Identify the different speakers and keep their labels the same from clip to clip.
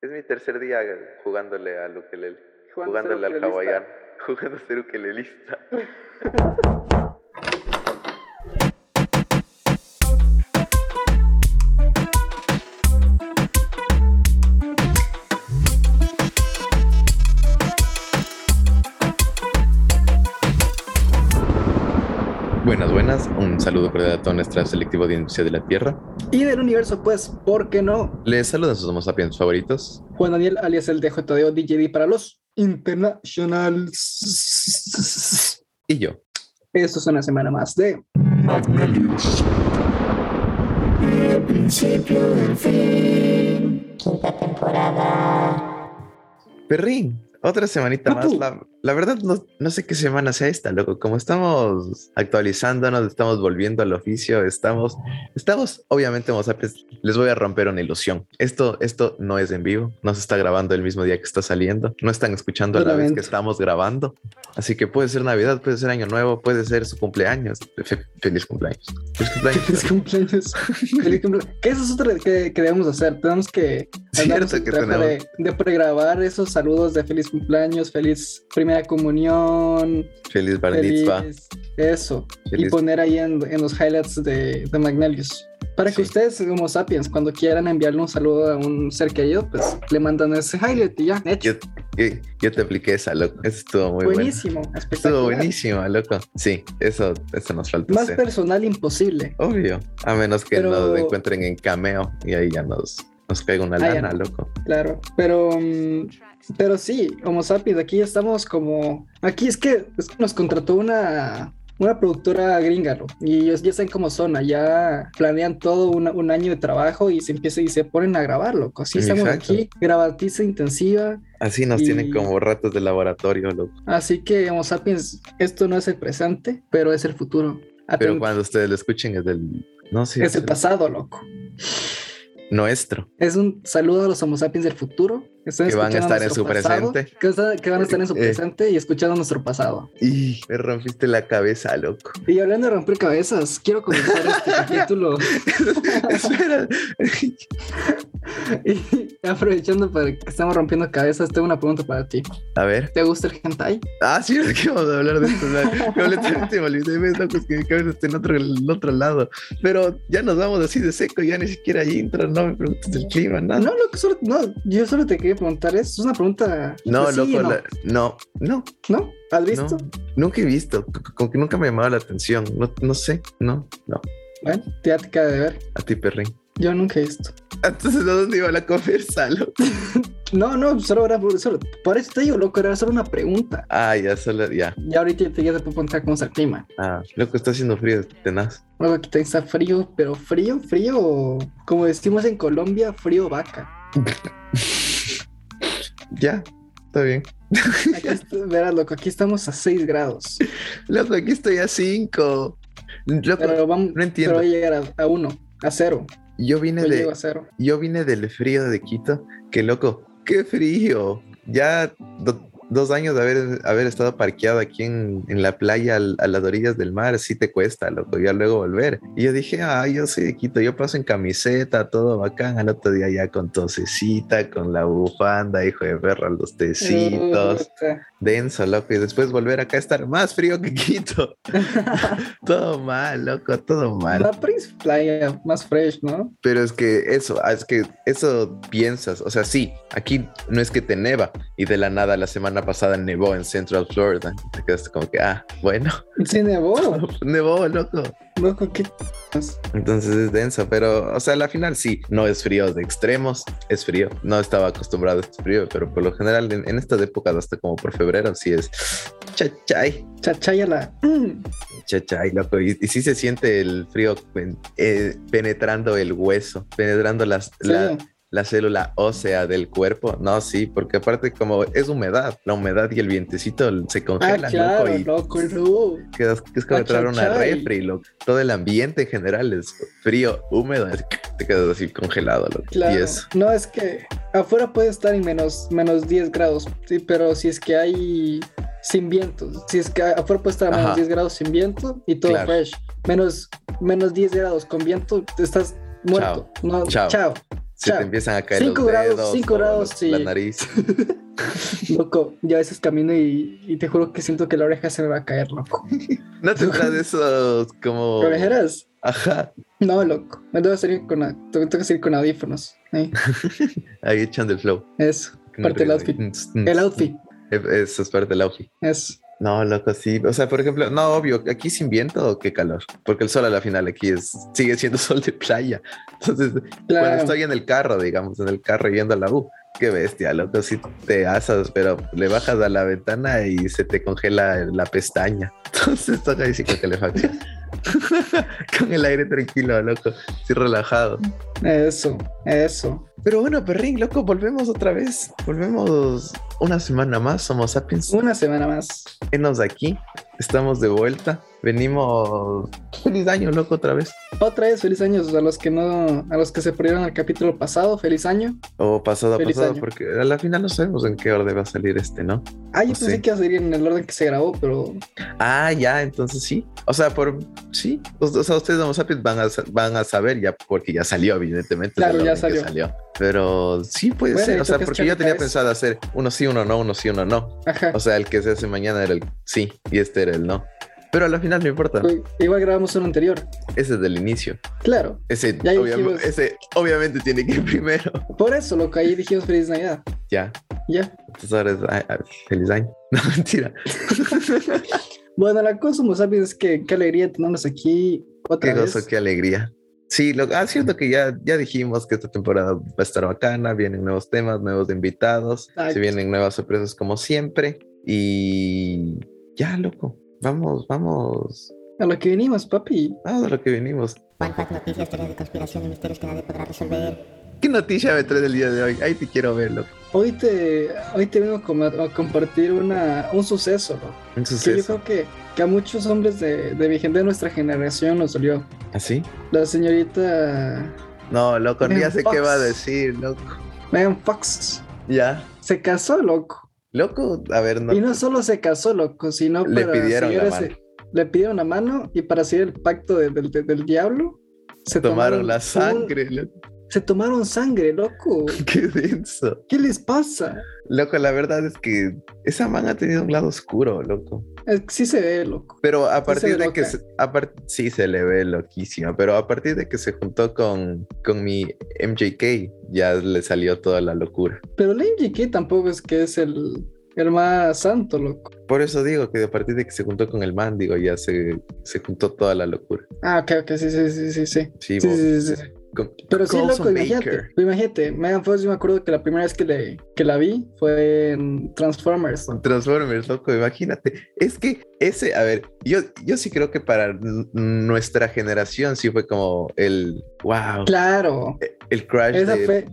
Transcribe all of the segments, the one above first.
Speaker 1: Es mi tercer día eh, jugándole al ukelele.
Speaker 2: Jugando a ser
Speaker 1: Jugándole al
Speaker 2: ukelelista.
Speaker 1: hawaiano. Jugando a ser ukelelista. Buenas, buenas. Un saludo cordial a toda nuestra selectiva audiencia de la Tierra.
Speaker 2: Y del universo, pues, ¿por qué no?
Speaker 1: Les saludan sus homo sapiens favoritos.
Speaker 2: Juan Daniel, alias el DJDO DJD para los internationals.
Speaker 1: Y yo.
Speaker 2: Esto es una semana más de...
Speaker 1: Perrín, otra semanita más.
Speaker 2: Ujú.
Speaker 1: La, la verdad, no, no sé qué semana sea esta, loco. Como estamos actualizándonos, estamos volviendo al oficio, estamos, estamos, obviamente, Homo sapiens, les voy a romper una ilusión. Esto, esto no es en vivo, no se está grabando el mismo día que está saliendo, no están escuchando a la vez que
Speaker 2: Lamento.
Speaker 1: estamos grabando. Así que puede ser Navidad, puede ser Año Nuevo, puede ser su cumpleaños. Fe- feliz cumpleaños. Feliz cumpleaños.
Speaker 2: Feliz cumpleaños. Feliz cumpleaños. Que eso es otro que, que debemos hacer. Tenemos que...
Speaker 1: Cierto
Speaker 2: andarnos
Speaker 1: que
Speaker 2: entre-
Speaker 1: tenemos.
Speaker 2: De, de pregrabar esos saludos de feliz cumpleaños, feliz primera comunión,
Speaker 1: Feliz Bar Mitzvah.
Speaker 2: feliz... Eso. y
Speaker 1: Feliz-
Speaker 2: poner ahí en, en los highlights de, de Magnalius. Para
Speaker 1: Sí.
Speaker 2: que ustedes, como sapiens, cuando quieran enviarle un saludo a un ser querido, pues le mandan ese highlight y ya. Hecho.
Speaker 1: Yo, yo, yo te apliqué esa, loco. Eso estuvo muy bueno.
Speaker 2: buenísimo, espectacular.
Speaker 1: Estuvo buenísimo, loco. Sí, eso, eso nos falta
Speaker 2: Más
Speaker 1: hacer.
Speaker 2: personal imposible.
Speaker 1: Obvio. A menos que
Speaker 2: Pero-
Speaker 1: nos encuentren en cameo y ahí ya nos, nos caiga una
Speaker 2: Ah, ya
Speaker 1: lana,
Speaker 2: no.
Speaker 1: loco.
Speaker 2: Claro, pero, mm, pero sí, Homo sapiens, aquí estamos como, aquí es que, es que nos contrató una, una productora gringa, ¿no? Y ellos ya saben cómo son, allá planean todo un, un año de trabajo y se empieza y se ponen a grabar, loco. Así estamos
Speaker 1: Exacto.
Speaker 2: aquí, grabatiza intensiva,
Speaker 1: Así nos tienen
Speaker 2: Y- Ah,
Speaker 1: como ratos de laboratorio, loco.
Speaker 2: así que Homo sapiens, esto no es el presente, pero es el futuro.
Speaker 1: Pero
Speaker 2: Atento.
Speaker 1: cuando ustedes lo escuchen es del... No sé,
Speaker 2: es el pasado, loco.
Speaker 1: nuestro.
Speaker 2: Es un saludo a los Homo sapiens del futuro. Están
Speaker 1: Que van a
Speaker 2: escuchando
Speaker 1: estar en
Speaker 2: nuestro
Speaker 1: su
Speaker 2: pasado,
Speaker 1: presente.
Speaker 2: Que, está- que van a estar en su
Speaker 1: Eh.
Speaker 2: presente y escuchando nuestro pasado.
Speaker 1: Y me rompiste la cabeza, loco.
Speaker 2: Y hablando de romper cabezas, quiero comenzar este capítulo
Speaker 1: Espera.
Speaker 2: y aprovechando para que estamos rompiendo cabezas, tengo una pregunta para ti.
Speaker 1: A ver.
Speaker 2: ¿Te gusta el hentai?
Speaker 1: Ah, sí, es que vamos a hablar de esto. ¿verdad? Completamente me olvidé, ves, loco, es que mi cabeza está en otro, en otro lado. Pero ya nos vamos así de seco, ya ni siquiera hay intro, no me preguntes del clima, nada.
Speaker 2: Ah, No, loco, solo- no, yo solo te quería preguntar eso. Es una pregunta.
Speaker 1: Pues, No,
Speaker 2: sí,
Speaker 1: loco,
Speaker 2: No.
Speaker 1: la- no, no,
Speaker 2: ¿No? ¿Has
Speaker 1: no,
Speaker 2: visto?
Speaker 1: nunca he visto, c- como que nunca me ha llamado la atención, no, no sé, no, no,
Speaker 2: Bueno, ya te queda de ver.
Speaker 1: a ti, perrín.
Speaker 2: Yo nunca he visto.
Speaker 1: Entonces, ¿a dónde iba la conversa, loco?
Speaker 2: No, no, solo era por, solo- por eso te digo, loco, era solo una pregunta.
Speaker 1: Ah, ya, solo, ya,
Speaker 2: Y ahorita ya te, ya te puedo preguntar cómo está el clima.
Speaker 1: ah, loco, está haciendo frío, tenaz.
Speaker 2: Luego aquí te- está frío, pero frío, frío, como decimos en Colombia, frío vaca.
Speaker 1: Ya, está bien.
Speaker 2: Aquí est- verás, loco, aquí estamos a 6 grados.
Speaker 1: Loco, aquí estoy a cinco. Loco,
Speaker 2: Pero vamos,
Speaker 1: no entiendo.
Speaker 2: pero voy a llegar a 1, a 0.
Speaker 1: yo vine
Speaker 2: Yo
Speaker 1: de...
Speaker 2: llego a 0.
Speaker 1: Yo vine del frío de Quito, que loco, qué frío. Ya do- dos años de haber, haber estado parqueado aquí en, en la playa al- a las orillas del mar, sí te cuesta, loco, ya luego volver. Y yo dije, ah, yo soy de Quito, yo paso en camiseta, todo bacán, al otro día ya con tosecita, con la bufanda, hijo de perra, los
Speaker 2: Eh, Mm.
Speaker 1: tecitos, denso, loco, y después volver acá a estar más frío que Quito. todo mal, loco, todo mal.
Speaker 2: La Prince Playa, más fresh, ¿no?
Speaker 1: Pero es que eso, ah, es que eso piensas. O sea, sí, aquí no es que te neva y de la nada la semana pasada nevó en Central Florida. Te quedaste como que, ah, bueno, pues,
Speaker 2: Se nevó.
Speaker 1: nevó, loco.
Speaker 2: Loco, ¿qué?
Speaker 1: Entonces es denso, pero, o sea, a la final sí, no es frío de extremos, es frío. No estaba acostumbrado a este frío, pero por lo general en, en estas épocas, hasta como por febrero, sí es chachay,
Speaker 2: Chachaya la. Mm.
Speaker 1: chachay, loco. Y, y sí se siente el frío pen- eh, penetrando el hueso, penetrando las, la-
Speaker 2: Sí.
Speaker 1: la célula ósea del cuerpo. No, sí, porque aparte como es humedad, la humedad y el vientecito se
Speaker 2: Ah,
Speaker 1: congelan,
Speaker 2: claro,
Speaker 1: loco, y
Speaker 2: loco, no.
Speaker 1: quedas, es como entrar a una
Speaker 2: Achachay.
Speaker 1: refri, loco. Todo el ambiente en general es frío, húmedo, así que te quedas así congelado, loco. Y
Speaker 2: Claro.
Speaker 1: eso.
Speaker 2: No, es que afuera puede estar en menos, menos 10 grados, sí, pero si es que hay sin viento, si es que afuera puede estar a
Speaker 1: Ajá.
Speaker 2: menos 10 grados sin viento y todo
Speaker 1: Claro.
Speaker 2: fresh, menos, menos 10 grados con viento, estás muerto. No,
Speaker 1: Chao.
Speaker 2: chao.
Speaker 1: Se
Speaker 2: O sea,
Speaker 1: te empiezan a caer
Speaker 2: cinco
Speaker 1: los
Speaker 2: grados,
Speaker 1: dedos,
Speaker 2: cinco
Speaker 1: o
Speaker 2: grados,
Speaker 1: los-
Speaker 2: sí.
Speaker 1: la nariz.
Speaker 2: Loco, yo a veces camino y, y te juro que siento que la oreja se me va a caer, loco.
Speaker 1: No tendrás esos como...
Speaker 2: ¿Orejeras?
Speaker 1: Ajá,
Speaker 2: No, loco. Me tengo que salir con, a- tengo tengo que salir con audífonos. ¿eh?
Speaker 1: ahí echando el flow.
Speaker 2: Eso. Parte del outfit.
Speaker 1: Este.
Speaker 2: El outfit.
Speaker 1: Eso es parte del outfit.
Speaker 2: Eso.
Speaker 1: No, loco, sí. O sea, por ejemplo, no, obvio, aquí sin viento, qué calor. Porque el sol a la final aquí es, sigue siendo sol de playa. Entonces,
Speaker 2: Claro.
Speaker 1: cuando estoy en el carro, digamos, en el carro yendo a la U, qué bestia, loco, si te asas, pero le bajas a la ventana y se te congela la pestaña. Entonces, toca decir con calefacción. con el aire tranquilo, loco, así relajado.
Speaker 2: Eso. Eso.
Speaker 1: Pero bueno, perrín, loco, volvemos otra vez. Volvemos una semana más, somos Sapiens.
Speaker 2: Una semana más.
Speaker 1: Venos aquí, estamos de vuelta. Venimos. Feliz año, loco, otra vez.
Speaker 2: Otra vez, feliz año a los que no, a los que se perdieron el capítulo pasado, feliz año.
Speaker 1: O pasado a
Speaker 2: Feliz
Speaker 1: pasado,
Speaker 2: año.
Speaker 1: porque a la final no sabemos en qué orden va a salir este, ¿no?
Speaker 2: Ah, yo
Speaker 1: Sí.
Speaker 2: pensé que iba a salir en el orden que se grabó, pero
Speaker 1: Ah, ya, entonces sí. O sea, por sí. O, o sea, ustedes Homo sapiens van a, sa- van a saber ya, porque ya salió, evidentemente.
Speaker 2: Claro,
Speaker 1: del
Speaker 2: ya
Speaker 1: orden que
Speaker 2: salió.
Speaker 1: Pero sí puede
Speaker 2: Bueno,
Speaker 1: ser.
Speaker 2: y
Speaker 1: O sea,
Speaker 2: tocas
Speaker 1: porque yo tenía
Speaker 2: chaquetas.
Speaker 1: pensado hacer uno sí, uno no, uno sí, uno no.
Speaker 2: ajá.
Speaker 1: O sea, el que se hace mañana era el sí y este era el no. Pero a la final no importa.
Speaker 2: Uy, Igual grabamos uno anterior.
Speaker 1: Ese es del inicio.
Speaker 2: Claro.
Speaker 1: Ese,
Speaker 2: Ya
Speaker 1: obviam-
Speaker 2: dijimos.
Speaker 1: ese obviamente tiene que ir primero.
Speaker 2: Por eso, loco, ahí dijimos feliz Navidad.
Speaker 1: Ya.
Speaker 2: Ya.
Speaker 1: Entonces ahora es ay, ay, feliz año. No, mentira.
Speaker 2: Bueno, la cosa, como sabes, es que qué alegría tenernos aquí otra
Speaker 1: Qué
Speaker 2: vez.
Speaker 1: gozo, qué alegría. Sí, lo, ah, cierto que ya, ya dijimos que esta temporada va a estar bacana, vienen nuevos temas, nuevos invitados, se
Speaker 2: Exacto.
Speaker 1: vienen nuevas sorpresas como siempre y ya, loco, vamos, vamos,
Speaker 2: A lo que vinimos, papi.
Speaker 1: vamos a lo que venimos.
Speaker 3: Fanfact, noticias, teorías de conspiración y misterios que nadie podrá resolver.
Speaker 1: ¿Qué noticia me traes el día de hoy? Ahí te quiero ver, loco.
Speaker 2: Hoy te, hoy te vengo a com- a compartir una, un suceso, loco,
Speaker 1: Un
Speaker 2: que yo
Speaker 1: suceso.
Speaker 2: creo que, que a muchos hombres de, de mi gente, de nuestra generación, nos dolió.
Speaker 1: ¿Así?
Speaker 2: La señorita
Speaker 1: No, loco,
Speaker 2: Megan
Speaker 1: ya sé qué va a
Speaker 2: Fox.
Speaker 1: decir, loco.
Speaker 2: Megan Fox
Speaker 1: Ya.
Speaker 2: se casó, loco.
Speaker 1: Loco, a ver, no.
Speaker 2: Y no solo se casó, loco, sino
Speaker 1: Le
Speaker 2: para
Speaker 1: pidieron
Speaker 2: seguir
Speaker 1: la
Speaker 2: ese- le pidieron la mano y para seguir el pacto de- del- del- del diablo. Se
Speaker 1: tomaron la
Speaker 2: un-
Speaker 1: sangre, loco.
Speaker 2: se tomaron sangre, loco.
Speaker 1: Qué denso.
Speaker 2: ¿Qué les pasa?
Speaker 1: Loco, la verdad es que esa man ha tenido un lado oscuro, loco.
Speaker 2: Eh, Sí se ve, loco.
Speaker 1: Pero a
Speaker 2: se
Speaker 1: partir
Speaker 2: le
Speaker 1: de que...
Speaker 2: nota.
Speaker 1: se- a par- sí, se le ve loquísima, pero a partir de que se juntó con, con mi MJK, ya le salió toda la locura.
Speaker 2: Pero la MGK tampoco es que es el, el más santo, loco.
Speaker 1: Por eso digo que a partir de que se juntó con el man, digo, ya se, se juntó toda la locura.
Speaker 2: Ah, ok, ok, sí, sí, sí, sí, sí.
Speaker 1: Sí,
Speaker 2: Sí,
Speaker 1: vos-
Speaker 2: sí, sí, sí.
Speaker 1: con-
Speaker 2: Pero sí,
Speaker 1: Colson
Speaker 2: loco, imagínate.
Speaker 1: Baker.
Speaker 2: Imagínate, Megan Fox, yo me acuerdo que la primera vez que, le, que la vi fue en Transformers. loco.
Speaker 1: Transformers, loco, imagínate. Es que ese, a ver, yo, yo sí creo que para n- nuestra generación sí fue como el, wow,
Speaker 2: Claro,
Speaker 1: el crash
Speaker 2: Esa
Speaker 1: de
Speaker 2: fue-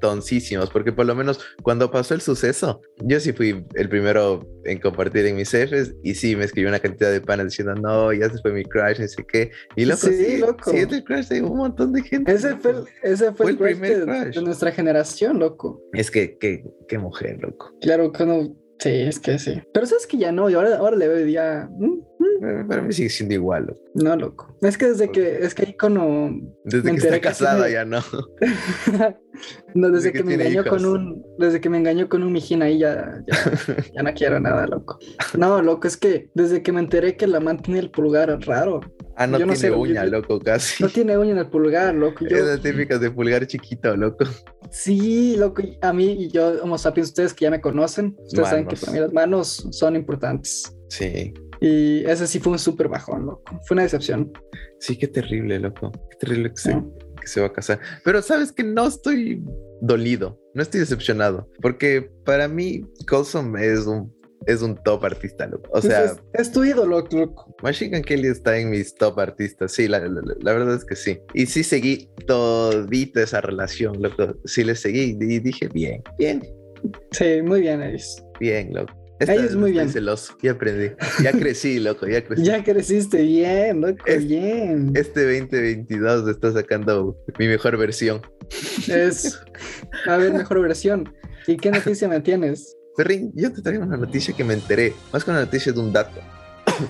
Speaker 1: montoncísimos, porque por lo menos cuando pasó el suceso, yo sí fui el primero en compartir en mis Fs y sí me escribió una cantidad de panas diciendo, no, ya se fue mi crash, no sé qué. Y loco,
Speaker 2: Sí,
Speaker 1: sí,
Speaker 2: loco.
Speaker 1: sí es el crash de un montón de gente.
Speaker 2: ese fue el, ese fue
Speaker 1: Fue
Speaker 2: el,
Speaker 1: el
Speaker 2: crush
Speaker 1: primer
Speaker 2: de-
Speaker 1: crush.
Speaker 2: de nuestra generación, loco.
Speaker 1: Es que, qué, qué mujer, loco.
Speaker 2: Claro que no. Sí, es que sí. Pero sabes que ya no, y ahora, ahora le veo y ya. mm,
Speaker 1: Para para mí sigue siendo igual, loco.
Speaker 2: No, loco. Es que desde que, es que ahí cono
Speaker 1: Desde
Speaker 2: Me
Speaker 1: que
Speaker 2: enteré
Speaker 1: está
Speaker 2: que
Speaker 1: casada
Speaker 2: tiene-
Speaker 1: ya no.
Speaker 2: no, desde
Speaker 1: Desde que
Speaker 2: que, me
Speaker 1: tiene
Speaker 2: engañó
Speaker 1: hijos.
Speaker 2: con un, desde que me engañó con un mijín ahí ya, ya, ya no quiero nada, loco. No, loco, es que desde que me enteré que la man tiene el pulgar raro,
Speaker 1: Ah, no
Speaker 2: Yo no
Speaker 1: tiene
Speaker 2: sé,
Speaker 1: uña,
Speaker 2: yo-
Speaker 1: loco, casi.
Speaker 2: no tiene uña en el pulgar, loco. Yo,
Speaker 1: Esas típicas de pulgar chiquito, loco.
Speaker 2: sí, loco, y a mí y yo, homo sapiens, ustedes que ya me conocen, ustedes saben que
Speaker 1: Manos.
Speaker 2: para mí las manos son importantes.
Speaker 1: Sí.
Speaker 2: Y ese sí fue un súper bajón, loco. Fue una decepción.
Speaker 1: Sí, qué terrible, loco. Qué terrible que se,
Speaker 2: ¿no?
Speaker 1: que se va a casar. Pero sabes que no estoy dolido, no estoy decepcionado, porque para mí Colson es un, es un top artista, loco. O sea,
Speaker 2: Entonces, Pues es tu ídolo, loco.
Speaker 1: Machine Gun Kelly está en mis top artistas, sí, la, la- la verdad es que sí. Y sí seguí todita esa relación, loco. Sí le seguí y dije, bien, bien,
Speaker 2: Sí, muy bien, Eris.
Speaker 1: bien, loco.
Speaker 2: Ahí
Speaker 1: vez
Speaker 2: es
Speaker 1: no
Speaker 2: muy
Speaker 1: estoy
Speaker 2: bien.
Speaker 1: celoso, ya aprendí, ya crecí, loco, ya crecí.
Speaker 2: Ya creciste bien, loco,
Speaker 1: Pues Es-
Speaker 2: bien.
Speaker 1: Este 2022 está sacando mi mejor versión.
Speaker 2: Es, a ver, mejor versión. ¿Y qué noticia me tienes?
Speaker 1: Ferrín, yo te traigo una noticia que me enteré, más que una noticia de un dato.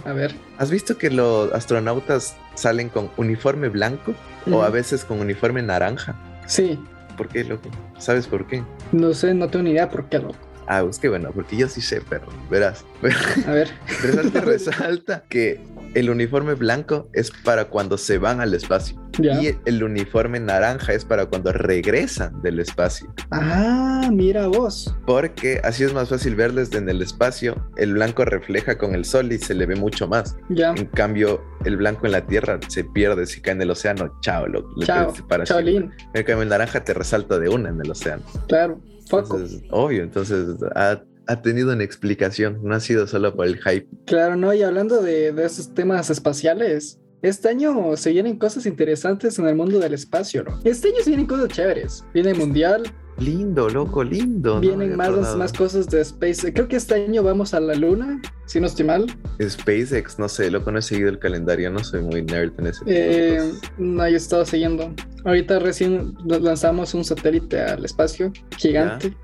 Speaker 2: A ver.
Speaker 1: ¿Has visto que los astronautas salen con uniforme blanco o a veces con uniforme naranja?
Speaker 2: Sí,
Speaker 1: ¿Por qué, loco? ¿Sabes por qué?
Speaker 2: No sé, no tengo ni idea por qué, loco.
Speaker 1: Ah, pues qué bueno, porque yo sí sé, perro. Verás.
Speaker 2: A ver.
Speaker 1: Resalta, resalta que el uniforme blanco es para cuando se van al espacio.
Speaker 2: Ya.
Speaker 1: Y el uniforme naranja es para cuando regresan del espacio.
Speaker 2: Ah, mira vos.
Speaker 1: Porque así es más fácil verles en el espacio. El blanco refleja con el sol y se le ve mucho más.
Speaker 2: Ya.
Speaker 1: En cambio, el blanco en la tierra se pierde, si cae en el océano, chao, loco. le
Speaker 2: Chao.
Speaker 1: perdiste para siempre.
Speaker 2: Chaolín.
Speaker 1: En cambio, el naranja te resalta de una en el océano.
Speaker 2: Claro. Foco.
Speaker 1: Entonces, obvio, entonces ha, ha tenido una explicación, no ha sido solo por el hype.
Speaker 2: Claro, no, y hablando de, de esos temas espaciales, este año se vienen cosas interesantes en el mundo del espacio, ¿no? Este año se vienen cosas chéveres. Viene el Mundial,
Speaker 1: Lindo, loco, lindo. ¿no?
Speaker 2: vienen
Speaker 1: Me
Speaker 2: más,
Speaker 1: acordaba.
Speaker 2: más cosas de Space. Creo que este año vamos a la Luna, si no estoy mal.
Speaker 1: SpaceX, no sé, loco, no he seguido el calendario, no soy muy nerd en ese tipo de
Speaker 2: Eh,
Speaker 1: cosas.
Speaker 2: no, yo he estado siguiendo. Ahorita recién nos lanzamos un satélite al espacio gigante.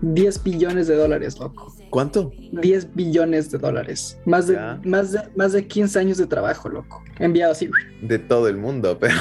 Speaker 2: 10 billones de dólares, loco.
Speaker 1: ¿Cuánto?
Speaker 2: 10 billones de dólares. Más de,
Speaker 1: Ya.
Speaker 2: más, de, más de 15 años de trabajo, loco. Enviado así.
Speaker 1: De todo el mundo, pero.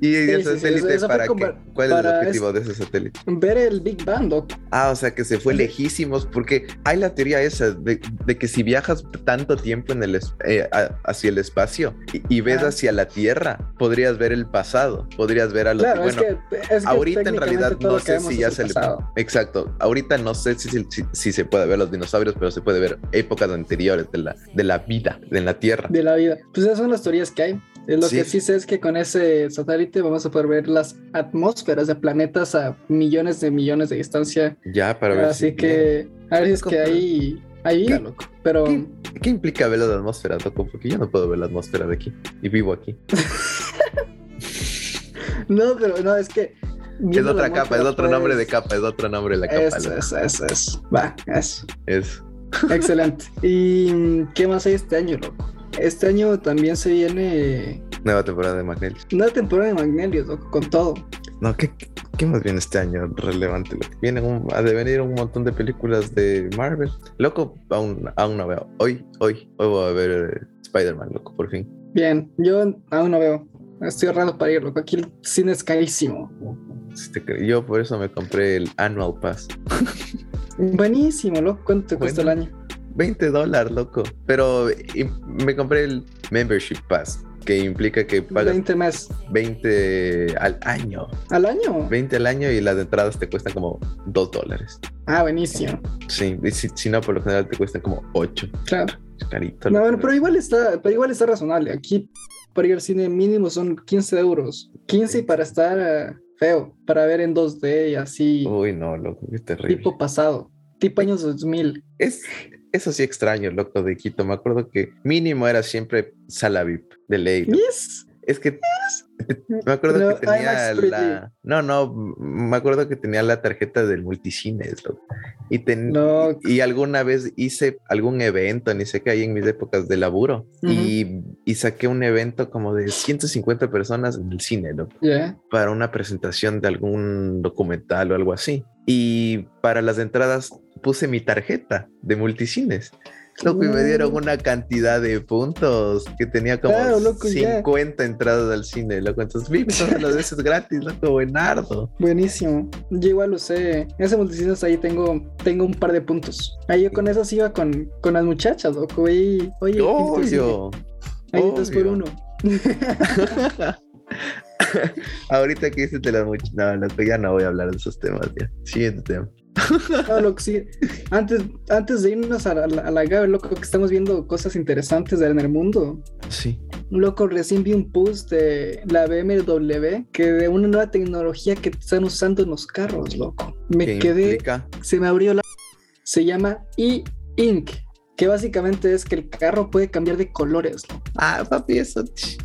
Speaker 1: ¿Y
Speaker 2: sí,
Speaker 1: el
Speaker 2: sí,
Speaker 1: satélite
Speaker 2: eso- eso fue
Speaker 1: para
Speaker 2: como-
Speaker 1: qué? ¿Cuál es
Speaker 2: para
Speaker 1: el objetivo de ese satélite?
Speaker 2: Ver el Big Bang, loco.
Speaker 1: Ah, o sea, que se fue lejísimos, porque hay la teoría esa de, de que si viajas tanto tiempo en el, es- eh, a- hacia el espacio y, y ves
Speaker 2: Ah.
Speaker 1: hacia la Tierra, podrías ver el pasado, podrías ver a los.
Speaker 2: Claro,
Speaker 1: bueno,
Speaker 2: es que, es que
Speaker 1: ahorita en
Speaker 2: técnicamente
Speaker 1: realidad
Speaker 2: todo
Speaker 1: no
Speaker 2: lo que
Speaker 1: sé
Speaker 2: vemos
Speaker 1: si
Speaker 2: es
Speaker 1: ya
Speaker 2: el
Speaker 1: se le...
Speaker 2: pasado.
Speaker 1: Exacto, ahorita no sé si, si- si se puede ver los dinosaurios, pero se puede ver épocas anteriores de la, de la vida en la Tierra.
Speaker 2: De la vida. Pues esas son las teorías que hay. Eh, Lo
Speaker 1: Sí.
Speaker 2: que sí sé es que con ese satélite vamos a poder ver las atmósferas de planetas a millones de millones de distancia.
Speaker 1: Ya, para ver
Speaker 2: Así
Speaker 1: si-
Speaker 2: que, a ver si es que ahí, ahí
Speaker 1: ¿Qué?
Speaker 2: va, loco. Pero
Speaker 1: ¿Qué, qué implica ver la atmósfera, Toco? Porque yo no puedo ver la atmósfera de aquí y vivo aquí.
Speaker 2: no, pero no, es que.
Speaker 1: Es
Speaker 2: viendo la
Speaker 1: otra capa, es
Speaker 2: atmósfera,
Speaker 1: otro nombre de
Speaker 2: pues,
Speaker 1: capa, es otro nombre de la capa.
Speaker 2: Eso,
Speaker 1: loco.
Speaker 2: eso, eso, eso. Va, eso.
Speaker 1: Es
Speaker 2: Excelente. ¿Y mm, qué más hay este año, loco? Este año también se viene
Speaker 1: nueva temporada de Magnelis.
Speaker 2: una temporada de Magnelius, loco, con todo.
Speaker 1: No, ¿qué, qué más viene este año relevante? loco? Viene un- a de venir un montón de películas de Marvel. Loco, aún, aún no veo. Hoy, hoy, hoy voy a ver eh, Spider-Man, loco, por fin.
Speaker 2: Bien, yo aún no veo. Estoy ahorrando para ir, loco. Aquí el cine es carísimo.
Speaker 1: Si te Este, cre- Yo por eso me compré el Annual Pass.
Speaker 2: Buenísimo, loco. ¿Cuánto te cuesta
Speaker 1: Bueno.
Speaker 2: el año?
Speaker 1: 20 dólares, loco. Pero y me compré el Membership Pass, que implica que pagas 20,
Speaker 2: 20 más.
Speaker 1: al año.
Speaker 2: ¿Al año?
Speaker 1: 20 al año y las entradas te cuestan como 2 dólares.
Speaker 2: Ah, buenísimo.
Speaker 1: Sí, y si, si no, por lo general te cuestan como 8.
Speaker 2: Claro.
Speaker 1: Carito.
Speaker 2: No,
Speaker 1: loco.
Speaker 2: bueno, pero igual está, pero igual está razonable. Aquí para ir al cine mínimo son 15 euros. 15 y para estar eh, feo, para ver en 2D y así,
Speaker 1: Uy, no, loco, qué terrible.
Speaker 2: tipo pasado, tipo años 2000.
Speaker 1: Es, eso sí extraño, loco, de Quito. Me acuerdo que mínimo era siempre sala VIP de ley. loco.
Speaker 2: Yes.
Speaker 1: Es que me acuerdo
Speaker 2: No,
Speaker 1: que tenía
Speaker 2: IMAX 3D.
Speaker 1: la. No, no, m- me acuerdo que tenía la tarjeta del multicines, loco. Y, ten-
Speaker 2: No.
Speaker 1: y alguna vez hice algún evento, ni sé qué, ahí en mis épocas de laburo.
Speaker 2: Ujú.
Speaker 1: y, y saqué un evento como de 150 personas en el cine, loco
Speaker 2: Ya.
Speaker 1: para una presentación de algún documental o algo así. Y para las entradas puse mi tarjeta de multicines. Loco, y me dieron
Speaker 2: Mm.
Speaker 1: una cantidad de puntos que tenía como
Speaker 2: Claro, loco, ya.
Speaker 1: 50 entradas al cine, loco. Entonces, vi todas las veces gratis, loco, buenardo.
Speaker 2: Buenísimo. Yo igual usé. En ese multicines ahí tengo, tengo un par de puntos. Ahí yo con esas iba con, con las muchachas, loco. Ahí, oye,
Speaker 1: Obvio.
Speaker 2: ahí dos por
Speaker 1: obvio.
Speaker 2: uno.
Speaker 1: Ahorita que dices de las muchachas, no, loco, ya no voy a hablar de esos temas, ya. Siguiente tema.
Speaker 2: No, loco, sí. Antes, antes de irnos a la, a la Gabe, loco, que estamos viendo cosas interesantes en el mundo.
Speaker 1: Sí.
Speaker 2: Loco, recién vi un post de la BMW que de una nueva tecnología que están usando en los carros, loco. Me
Speaker 1: ¿Qué
Speaker 2: quedé,
Speaker 1: implica?
Speaker 2: se me abrió la. Se llama e-ink, que básicamente es que el carro puede cambiar de colores. loco.
Speaker 1: Ah, papi, eso.
Speaker 2: Te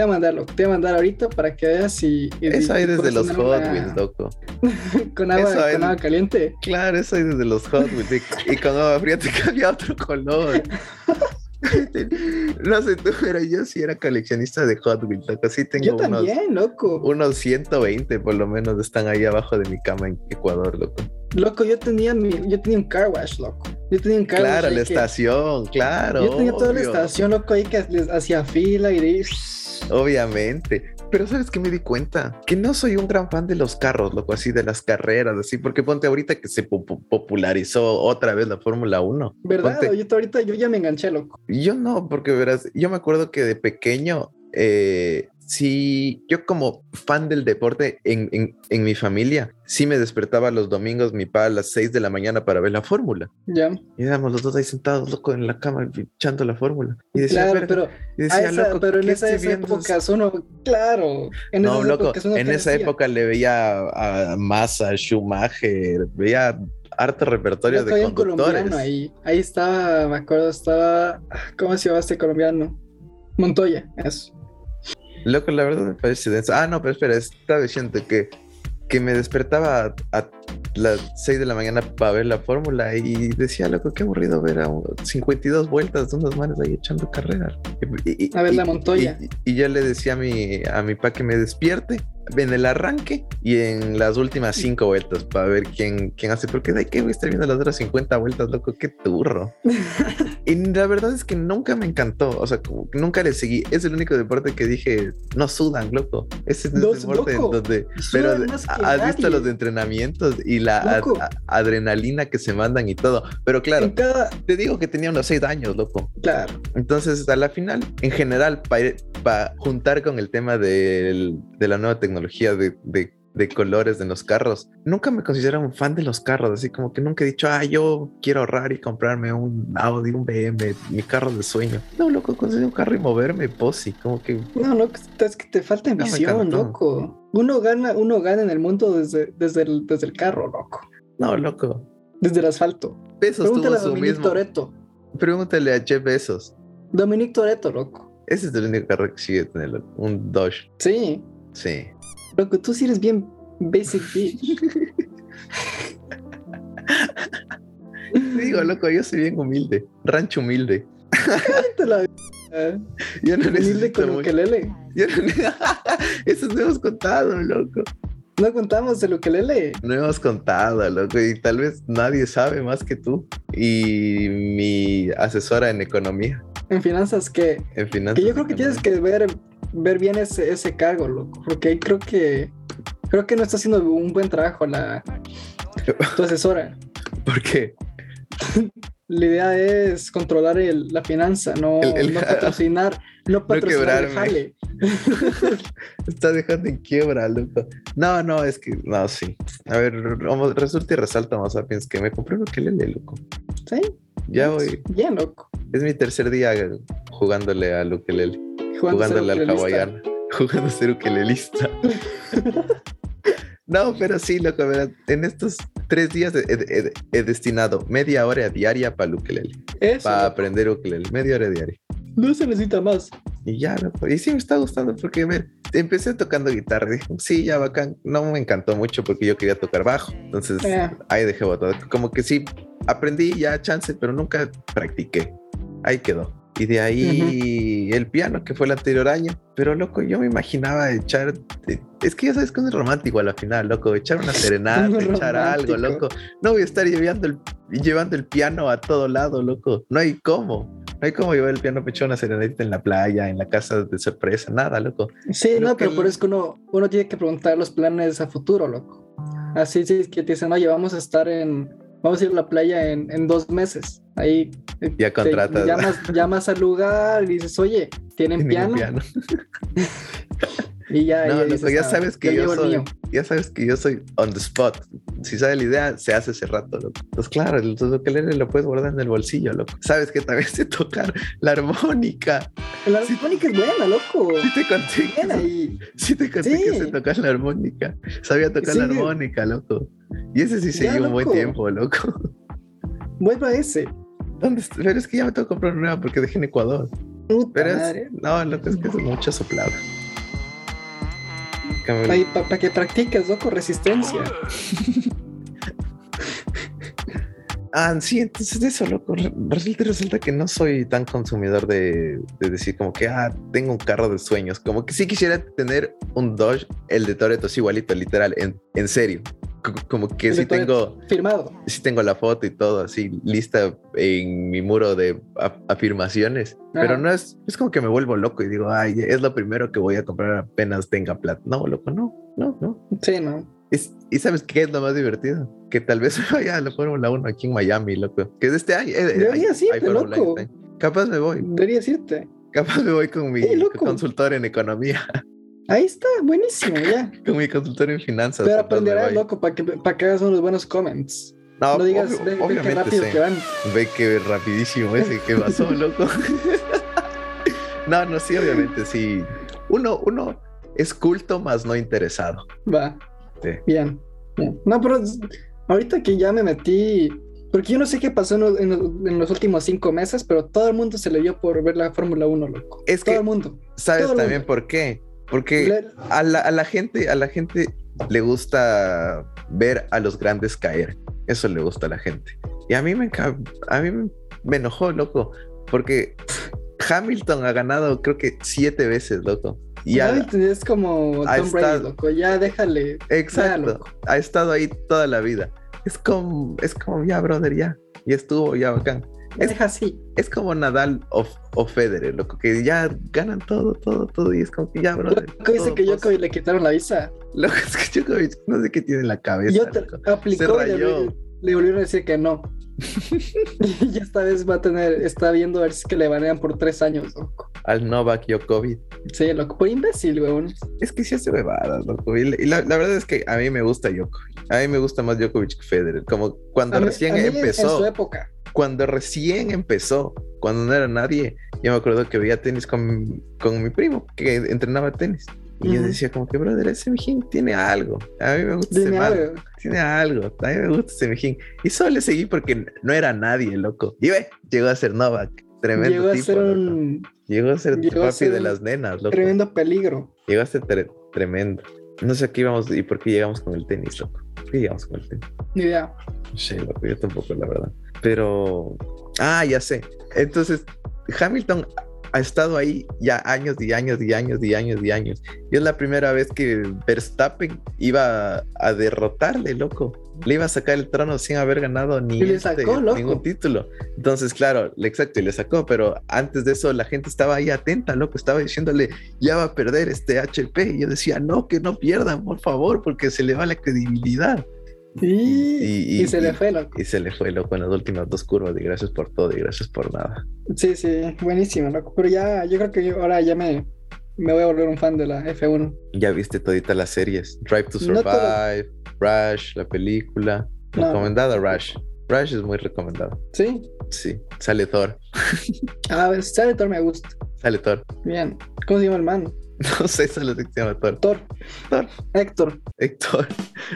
Speaker 2: voy a mandar, loco, te voy a mandar ahorita para que veas si. y-
Speaker 1: Eso
Speaker 2: y
Speaker 1: hay desde
Speaker 2: puedes
Speaker 1: los
Speaker 2: tener
Speaker 1: Hot
Speaker 2: una-
Speaker 1: Wheels, loco.
Speaker 2: Con agua,
Speaker 1: Eso hay-
Speaker 2: con agua caliente.
Speaker 1: Claro, eso es de los Hot Wheels. Y, y con agua fría te cambia otro color. no sé tú, pero yo sí era coleccionista de Hot Wheels. Loco. Sí tengo
Speaker 2: Yo
Speaker 1: unos,
Speaker 2: también, loco.
Speaker 1: unos 120 por lo menos están ahí abajo de mi cama en Ecuador, loco.
Speaker 2: Loco, yo tenía mi, yo tenía un car wash, loco. Yo tenía un car wash.
Speaker 1: claro,
Speaker 2: ahí
Speaker 1: la
Speaker 2: que-
Speaker 1: estación, claro.
Speaker 2: Yo tenía toda la
Speaker 1: obvio,
Speaker 2: estación, loco, ahí que les hacía fila y de-
Speaker 1: Obviamente. pero sabes que me di cuenta que no soy un gran fan de los carros, loco, así de las carreras, así, porque ponte ahorita que se po- po- popularizó otra vez la Fórmula 1.
Speaker 2: ¿Verdad?
Speaker 1: Ponte-
Speaker 2: Yo ahorita yo ya me enganché, loco.
Speaker 1: Yo no, porque verás, yo me acuerdo que de pequeño, eh, sí, yo como fan del deporte en, en- en mi familia, sí me despertaba los domingos mi papá a las 6 de la mañana para ver la fórmula.
Speaker 2: Ya.
Speaker 1: Y éramos los dos ahí sentados, loco, en la cama, echando la fórmula. Y decía,
Speaker 2: Claro,
Speaker 1: "Verga",
Speaker 2: pero,
Speaker 1: y
Speaker 2: a
Speaker 1: decía,
Speaker 2: esa-
Speaker 1: "Loco,
Speaker 2: pero en
Speaker 1: ¿qué
Speaker 2: esa,
Speaker 1: estoy
Speaker 2: esa
Speaker 1: viendo?
Speaker 2: época uno, claro. En
Speaker 1: No,
Speaker 2: esas
Speaker 1: loco,
Speaker 2: épocas uno
Speaker 1: en esa
Speaker 2: crecía.
Speaker 1: época le veía a, a Massa, Schumacher, veía harto repertorio
Speaker 2: Loco,
Speaker 1: de
Speaker 2: había un
Speaker 1: conductores.
Speaker 2: colombiano ahí. Ahí estaba, me acuerdo, estaba. ¿Cómo se llama este colombiano? Montoya, eso.
Speaker 1: Loco, la verdad me parece denso. Ah, no, pero espera, estaba diciendo que, que me despertaba a, a las 6 de la mañana para ver la fórmula y decía, loco, qué aburrido ver a un- 52 vueltas de unos manes ahí echando carrera. Y- y-
Speaker 2: A ver
Speaker 1: y-
Speaker 2: la Montoya.
Speaker 1: Y, y yo le decía a mi, a mi pa que me despierte en el arranque y en las últimas 5 vueltas para ver quién, quién hace, porque de ahí que voy a estar viendo las otras 50 vueltas, loco, qué turro. Y la verdad es que nunca me encantó, o sea, como que nunca le seguí. Es el único deporte que dije, no sudan, loco. Ese es el
Speaker 2: No,
Speaker 1: deporte en
Speaker 2: loco.
Speaker 1: donde...
Speaker 2: Sudan
Speaker 1: Pero
Speaker 2: más que
Speaker 1: has visto
Speaker 2: nadie.
Speaker 1: los entrenamientos y la ad-
Speaker 2: Loco.
Speaker 1: a- adrenalina que se mandan y todo. Pero claro,
Speaker 2: En cada.
Speaker 1: te digo que tenía unos 6 años, loco.
Speaker 2: Claro.
Speaker 1: Entonces, a la final, en general, para juntar con el tema del- de la nueva tecnología de, de- de colores en los carros, nunca me considero un fan de los carros, así como que nunca he dicho, ah, yo quiero ahorrar y comprarme un Audi, un BM, mi carro de sueño. No, loco, conseguí un carro y moverme, posi, como que
Speaker 2: No, no, es que te falta
Speaker 1: me
Speaker 2: visión,
Speaker 1: encantó.
Speaker 2: loco. Uno gana, uno gana en el mundo desde, desde, el, desde el carro, loco.
Speaker 1: no, loco.
Speaker 2: Desde el asfalto.
Speaker 1: Besos
Speaker 2: Pregúntale
Speaker 1: tuvo
Speaker 2: a
Speaker 1: su
Speaker 2: Dominic
Speaker 1: mismo.
Speaker 2: Toretto.
Speaker 1: Pregúntale a Jeff Besos.
Speaker 2: Dominic Toretto, loco.
Speaker 1: Ese es el único carro que sigue tener, loco, un Dodge.
Speaker 2: Sí.
Speaker 1: Sí.
Speaker 2: Loco, tú sí eres bien basic bitch.
Speaker 1: Te digo, loco, yo soy bien humilde, rancho humilde.
Speaker 2: Vete a la verga.
Speaker 1: Yo no
Speaker 2: Humilde
Speaker 1: necesito
Speaker 2: con
Speaker 1: mucho.
Speaker 2: ukelele.
Speaker 1: Yo no- Eso no hemos contado, loco.
Speaker 2: No contamos el ukelele.
Speaker 1: No hemos contado, loco. Y tal vez nadie sabe más que tú. Y mi asesora en economía,
Speaker 2: En finanzas que,
Speaker 1: en finanzas.
Speaker 2: que yo creo que tienes que ver, ver bien ese, ese cargo, loco. Porque ahí creo que creo que no está haciendo un buen trabajo la tu asesora.
Speaker 1: Porque
Speaker 2: La idea es controlar el- la finanza, no,
Speaker 1: El- el-
Speaker 2: no patrocinar, no patrocinar el
Speaker 1: quebrarme.
Speaker 2: jale.
Speaker 1: está dejando en quiebra, loco. No, no, es que, no, sí. A ver, vamos, resulta y resalta, más sapiens, que me compré un ukelele, loco.
Speaker 2: ¿Sí?
Speaker 1: Ya voy.
Speaker 2: Bien, loco.
Speaker 1: Es mi tercer día eh, jugándole al ukelele,
Speaker 2: a ser
Speaker 1: jugándole al
Speaker 2: ukelelista.
Speaker 1: hawaiano, jugando a ser ukelelista. No, pero sí, loco, verás, en estos tres días he, he- he- he destinado media hora diaria para el ukelele,
Speaker 2: Eso.
Speaker 1: para aprender ukelele, media hora diaria.
Speaker 2: No se necesita más.
Speaker 1: Y ya, loco, y sí me está gustando porque, ver, empecé tocando guitarra, dije, "Mm, sí, ya bacán, no me encantó mucho porque yo quería tocar bajo, entonces
Speaker 2: Eh,
Speaker 1: ahí dejé botado, como que sí, aprendí ya chance, pero nunca practiqué, ahí quedó. Y de ahí el piano, que fue el anterior año. Pero, loco, yo me imaginaba echar... eh, Es que ya sabes que uno es romántico a la final, loco. Echar una serenata,
Speaker 2: Uno
Speaker 1: echar algo,
Speaker 2: romántico.
Speaker 1: loco. No voy a estar llevando el, llevando el piano a todo lado, loco. No hay cómo. No hay cómo llevar el piano para echar una serenata en la playa, en la casa de sorpresa, nada, loco.
Speaker 2: sí,
Speaker 1: Creo
Speaker 2: no,
Speaker 1: que
Speaker 2: pero
Speaker 1: el-
Speaker 2: por eso que uno, uno tiene que preguntar los planes a futuro, loco. Así sí, que te dicen, oye, vamos a estar en, vamos a ir a la playa en, en dos meses. Ahí eh,
Speaker 1: Ya
Speaker 2: te
Speaker 1: contratas.
Speaker 2: llamas, llamas al lugar y dices, oye, ¿tienen
Speaker 1: ningún
Speaker 2: piano? Y ya,
Speaker 1: No,
Speaker 2: ya,
Speaker 1: loco,
Speaker 2: dices,
Speaker 1: ya
Speaker 2: "Ah,
Speaker 1: sabes que
Speaker 2: ya
Speaker 1: yo
Speaker 2: llevo el
Speaker 1: soy-
Speaker 2: mío".
Speaker 1: ya sabes que yo soy on the spot. Si sabes la idea, se hace ese rato, loco. Pues claro, el tu ukelele lo puedes guardar en el bolsillo, loco. Sabes que también sé tocar la armónica.
Speaker 2: La
Speaker 1: Sí.
Speaker 2: armónica es buena, loco.
Speaker 1: Sí te conté,
Speaker 2: Bien ahí.
Speaker 1: sí te conté que
Speaker 2: Sí.
Speaker 1: sé tocar la armónica. Sabía tocar la
Speaker 2: Sí.
Speaker 1: armónica, loco. Y ese sí se
Speaker 2: Ya,
Speaker 1: llevó un buen
Speaker 2: loco.
Speaker 1: tiempo, loco.
Speaker 2: Vuelva a ese.
Speaker 1: ¿Dónde est- Pero es que ya me tengo que comprar una nueva porque dejé en Ecuador.
Speaker 2: Puta
Speaker 1: Pero es-
Speaker 2: madre.
Speaker 1: no, loco, es que es mucha soplada.
Speaker 2: Ahí, para que practiques, loco, resistencia.
Speaker 1: Ah, sí, entonces de eso, loco. re- Resulta, y resulta que no soy tan consumidor de, de decir como que, ah, tengo un carro de sueños. Como que sí quisiera tener un Dodge, el de Toretto, es igualito, literal, en, en serio. c- como que
Speaker 2: El
Speaker 1: sí
Speaker 2: doctor
Speaker 1: tengo,
Speaker 2: Firmado.
Speaker 1: sí tengo la foto y todo así lista en mi muro de a- afirmaciones, pero
Speaker 2: Ajá.
Speaker 1: no es, es como que me vuelvo loco y digo, ay, es lo primero que voy a comprar apenas tenga plata. No, loco, no, no, no.
Speaker 2: Sí, ¿no?
Speaker 1: Es- y sabes qué es lo más divertido? Que tal vez vaya a la Fórmula 1 aquí en Miami, loco, que es este año. eh, eh,
Speaker 2: Deberías
Speaker 1: hay- hay
Speaker 2: irte,
Speaker 1: Fórmula
Speaker 2: loco.
Speaker 1: este año. Capaz me voy,
Speaker 2: Deberías irte.
Speaker 1: capaz me voy con mi
Speaker 2: Sí, loco.
Speaker 1: consultor en economía,
Speaker 2: Ahí está, buenísimo, ya.
Speaker 1: con mi consultor en finanzas.
Speaker 2: Pero
Speaker 1: capaz me
Speaker 2: aprenderás,
Speaker 1: voy.
Speaker 2: loco, para que, para que hagas unos buenos comments.
Speaker 1: No,
Speaker 2: No, digas,
Speaker 1: Ah, obvio-
Speaker 2: ve- ve qué
Speaker 1: obviamente
Speaker 2: rápido
Speaker 1: sé.
Speaker 2: que van.
Speaker 1: Ve que rapidísimo ese que pasó, loco. no, no, sí, obviamente, sí. Uno, uno es culto más no interesado.
Speaker 2: Va.
Speaker 1: Sí.
Speaker 2: Bien. bien. No, pero es- ahorita que ya me metí, porque yo no sé qué pasó en los, en los- en los últimos cinco meses, pero todo el mundo se le dio por ver la Fórmula 1, loco.
Speaker 1: Es
Speaker 2: todo
Speaker 1: que-
Speaker 2: el mundo.
Speaker 1: ¿Sabes
Speaker 2: Todo el
Speaker 1: también
Speaker 2: mundo.
Speaker 1: por qué? Porque
Speaker 2: Le-
Speaker 1: a la, a la gente, a la gente le gusta ver a los grandes caer. Eso le gusta a la gente. Y a mí me enca- a mí me- me enojó, loco, porque Hamilton ha ganado creo que siete veces, loco. Y a-
Speaker 2: Ay, es como
Speaker 1: ahí
Speaker 2: Tom Brady,
Speaker 1: está.
Speaker 2: loco. Ya déjale. Ya,
Speaker 1: Exacto.
Speaker 2: loco.
Speaker 1: Ha estado ahí toda la vida. Es como, es como ya, brother, ya. Y estuvo ya bacán.
Speaker 2: ya
Speaker 1: Es-
Speaker 2: deja así.
Speaker 1: Es como Nadal o, o Federer, loco, que ya ganan todo, todo, todo. Y es como que ya, brother.
Speaker 2: Loco dice
Speaker 1: todo
Speaker 2: que
Speaker 1: vos.
Speaker 2: Jokovic le quitaron la visa.
Speaker 1: Loco, es que Djokovic no sé qué tiene en la
Speaker 2: Y
Speaker 1: cabeza.
Speaker 2: otra
Speaker 1: loco. Se
Speaker 2: aplicó y le,
Speaker 1: rayó.
Speaker 2: le volvieron a decir que no. y esta vez va a tener, está viendo a ver si es que le banean por tres años, loco.
Speaker 1: Al Novak Djokovic.
Speaker 2: Sí, loco, por imbécil, weón.
Speaker 1: Es que sí hace bebadas, loco. Y, la, y la- la verdad es que a mí me gusta Djokovic. A mí me gusta más Djokovic que Federer. Como cuando
Speaker 2: A mí-
Speaker 1: recién
Speaker 2: a mí En
Speaker 1: empezó.
Speaker 2: su época.
Speaker 1: cuando recién empezó, cuando no era nadie, yo me acuerdo que veía tenis con, con mi primo, que entrenaba tenis. Y yo
Speaker 2: Ujú.
Speaker 1: decía como que, brother, ese mijín tiene algo. A mí me gusta ese
Speaker 2: Dime
Speaker 1: man,
Speaker 2: algo.
Speaker 1: Tiene algo. A mí me gusta ese mijín. Y solo le seguí porque no era nadie, loco. Y ve, llegó a ser Novak. Tremendo
Speaker 2: Llegó a
Speaker 1: tipo,
Speaker 2: ser
Speaker 1: loco.
Speaker 2: un
Speaker 1: Llegó a ser
Speaker 2: llegó a
Speaker 1: papi
Speaker 2: ser
Speaker 1: de
Speaker 2: un
Speaker 1: las nenas, loco.
Speaker 2: tremendo peligro.
Speaker 1: Llegó a ser tre- tremendo. No sé a qué íbamos y por qué llegamos con el tenis, loco. ¿Por qué llegamos con el tenis?
Speaker 2: Ni idea.
Speaker 1: Sí, loco, yo tampoco, la verdad. Pero, ah, ya sé. Entonces, Hamilton ha estado ahí ya años y años y años y años y años. Y es la primera vez que Verstappen iba a derrotarle, loco. Le iba a sacar el trono sin haber ganado ni este,
Speaker 2: Y le sacó, loco.
Speaker 1: ningún título. Entonces, claro, le- exacto, y le sacó, pero antes de eso la gente estaba ahí atenta, loco, estaba diciéndole, ya va a perder este HP. Y yo decía, no, que no pierdan, por favor, porque se le va la credibilidad.
Speaker 2: Y,
Speaker 1: Y- y-
Speaker 2: y se
Speaker 1: y-
Speaker 2: le fue, loco.
Speaker 1: y se le fue loco en las últimas dos curvas de gracias por todo y gracias por nada.
Speaker 2: Sí, sí, buenísimo, loco. Pero ya, yo creo que yo ahora ya me, me voy a volver un fan de la F1.
Speaker 1: Ya viste todita las series. Drive to
Speaker 2: No todas.
Speaker 1: Survive, Rush, la película.
Speaker 2: No.
Speaker 1: Recomendada Rush. Rush es muy recomendada.
Speaker 2: Sí.
Speaker 1: Sí. Sale Thor.
Speaker 2: Ah, sale Thor me gusta.
Speaker 1: Sale Thor.
Speaker 2: Bien. ¿Cómo se llama el man?
Speaker 1: No sé, solo se llama Thor.
Speaker 2: Thor.
Speaker 1: Thor.
Speaker 2: Héctor.
Speaker 1: Héctor.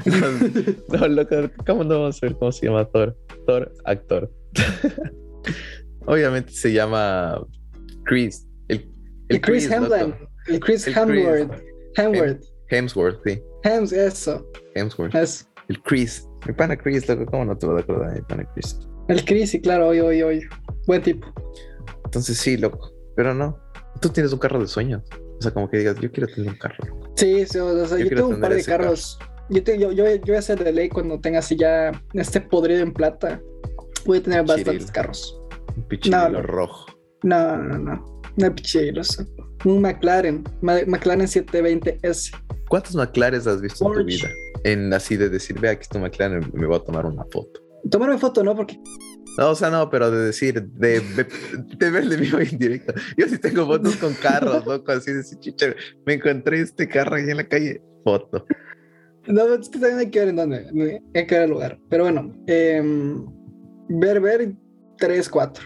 Speaker 1: No, no, loco, ¿cómo no vamos a ver cómo se llama Thor? Thor, actor. Obviamente se llama Chris. El, el
Speaker 2: El Chris
Speaker 1: loco.
Speaker 2: Hemsworth. El Chris
Speaker 1: El Chris.
Speaker 2: Hemsworth. Hemsworth.
Speaker 1: Hemsworth, sí.
Speaker 2: Hems, eso.
Speaker 1: Hemsworth.
Speaker 2: Eso.
Speaker 1: El Chris. Mi pana Chris, loco, ¿cómo no te vas a acordar de mi pana Chris?
Speaker 2: El Chris, y claro, hoy, hoy, hoy. Buen tipo.
Speaker 1: Entonces sí, loco, pero no. Tú tienes un carro de sueños. O sea, como que digas, yo quiero tener un carro. loco.
Speaker 2: Sí, sí, o sea,
Speaker 1: Yo
Speaker 2: yo,
Speaker 1: quiero
Speaker 2: tengo un
Speaker 1: tener
Speaker 2: par de
Speaker 1: ese carro.
Speaker 2: carros. Yo, te- yo, yo, yo voy a hacer de ley cuando tenga así ya este podrido en plata. Voy a tener
Speaker 1: Chiril.
Speaker 2: bastantes carros.
Speaker 1: Un pichirilo
Speaker 2: No.
Speaker 1: rojo.
Speaker 2: No, no, no. No picheros. Un McLaren. Ma- McLaren 720S.
Speaker 1: ¿Cuántos McLares has visto en tu
Speaker 2: Porsche.
Speaker 1: vida? En así de decir, vea, aquí está un McLaren, me voy a tomar una foto.
Speaker 2: Tomarme foto, ¿no? Porque
Speaker 1: No, o sea, no, pero de decir, de, de, de verle vivo en directo. Yo sí tengo fotos con carros, loco, así de decir, chicha, me encontré este carro ahí en la calle. Foto.
Speaker 2: No, es que también hay que ver en dónde, hay que ver el lugar. Pero bueno, em, ver, ver 3, 4.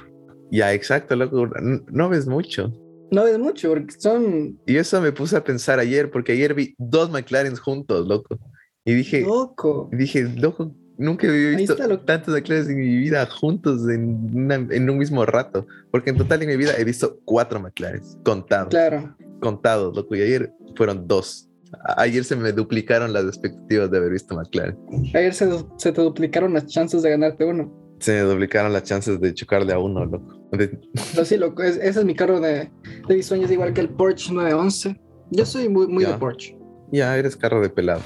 Speaker 1: Ya, exacto, loco. n- No ves mucho.
Speaker 2: No es mucho, porque son
Speaker 1: Y eso me puse a pensar ayer, porque ayer vi dos McLarens juntos, loco. Y dije,
Speaker 2: loco.
Speaker 1: y dije, loco, nunca había
Speaker 2: Ahí
Speaker 1: visto
Speaker 2: está, loco.
Speaker 1: tantos McLarens en mi vida juntos en, una- en un mismo rato. Porque en total en mi vida he visto cuatro McLarens contados,
Speaker 2: Claro.
Speaker 1: contados, loco. Y ayer fueron dos. A- Ayer se me duplicaron las expectativas de haber visto McLaren.
Speaker 2: Ayer se, se te duplicaron las chances de ganarte uno.
Speaker 1: Se me duplicaron las chances de chocarle a uno, loco. De-
Speaker 2: Pero sí, loco, es- ese es mi carro de, de mis sueños, igual que el Porsche 911. Yo soy muy, muy
Speaker 1: Ya.
Speaker 2: de Porsche.
Speaker 1: ya, eres carro de pelado.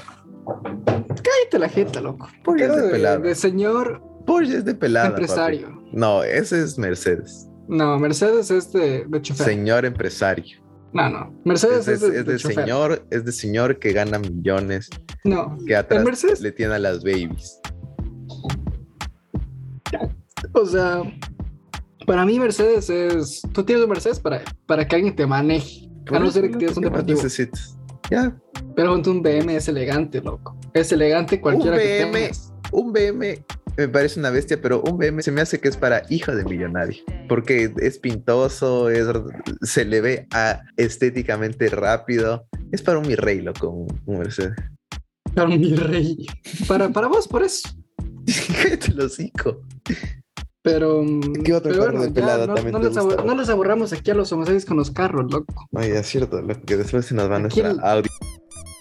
Speaker 2: cállate la jeta, loco. Porque
Speaker 1: Es de
Speaker 2: de,
Speaker 1: pelado.
Speaker 2: de señor
Speaker 1: Porsche es de pelada. papi.
Speaker 2: empresario.
Speaker 1: No, ese es Mercedes.
Speaker 2: No, Mercedes es de, de chofer.
Speaker 1: Señor empresario.
Speaker 2: No, no. Mercedes
Speaker 1: Ese es,
Speaker 2: es, de,
Speaker 1: es
Speaker 2: de
Speaker 1: de
Speaker 2: chofer.
Speaker 1: señor, es de señor que gana millones,
Speaker 2: No.
Speaker 1: que atrás
Speaker 2: Mercedes?
Speaker 1: le tiene a las babies.
Speaker 2: O sea, para mí Mercedes es. Tú tienes un Mercedes para, para que alguien te maneje. A no ser que tienes un
Speaker 1: ¿Qué más
Speaker 2: deportivo.
Speaker 1: necesitas? Ya,
Speaker 2: Pero junto a un BM es elegante, loco. Es elegante cualquiera
Speaker 1: Un
Speaker 2: que
Speaker 1: BM.
Speaker 2: tengas.
Speaker 1: un BM me parece una bestia, pero un BM se me hace que es para hijo de millonario, porque es pintoso, es, se le ve a- estéticamente rápido. Es para un mi rey, loco, un un Mercedes.
Speaker 2: Para mi rey. Para, para vos, por eso.
Speaker 1: Cállate el hocico.
Speaker 2: Pero. mm,
Speaker 1: ¿Qué otro
Speaker 2: pero
Speaker 1: carro de pelada
Speaker 2: no,
Speaker 1: también
Speaker 2: no
Speaker 1: te
Speaker 2: les
Speaker 1: gusta?
Speaker 2: abor- no les aborramos aquí a los homosexuales con los carros, loco.
Speaker 1: No, ya es cierto, loco, que después se nos va
Speaker 2: Aquí
Speaker 1: nuestra
Speaker 2: el-
Speaker 1: audio.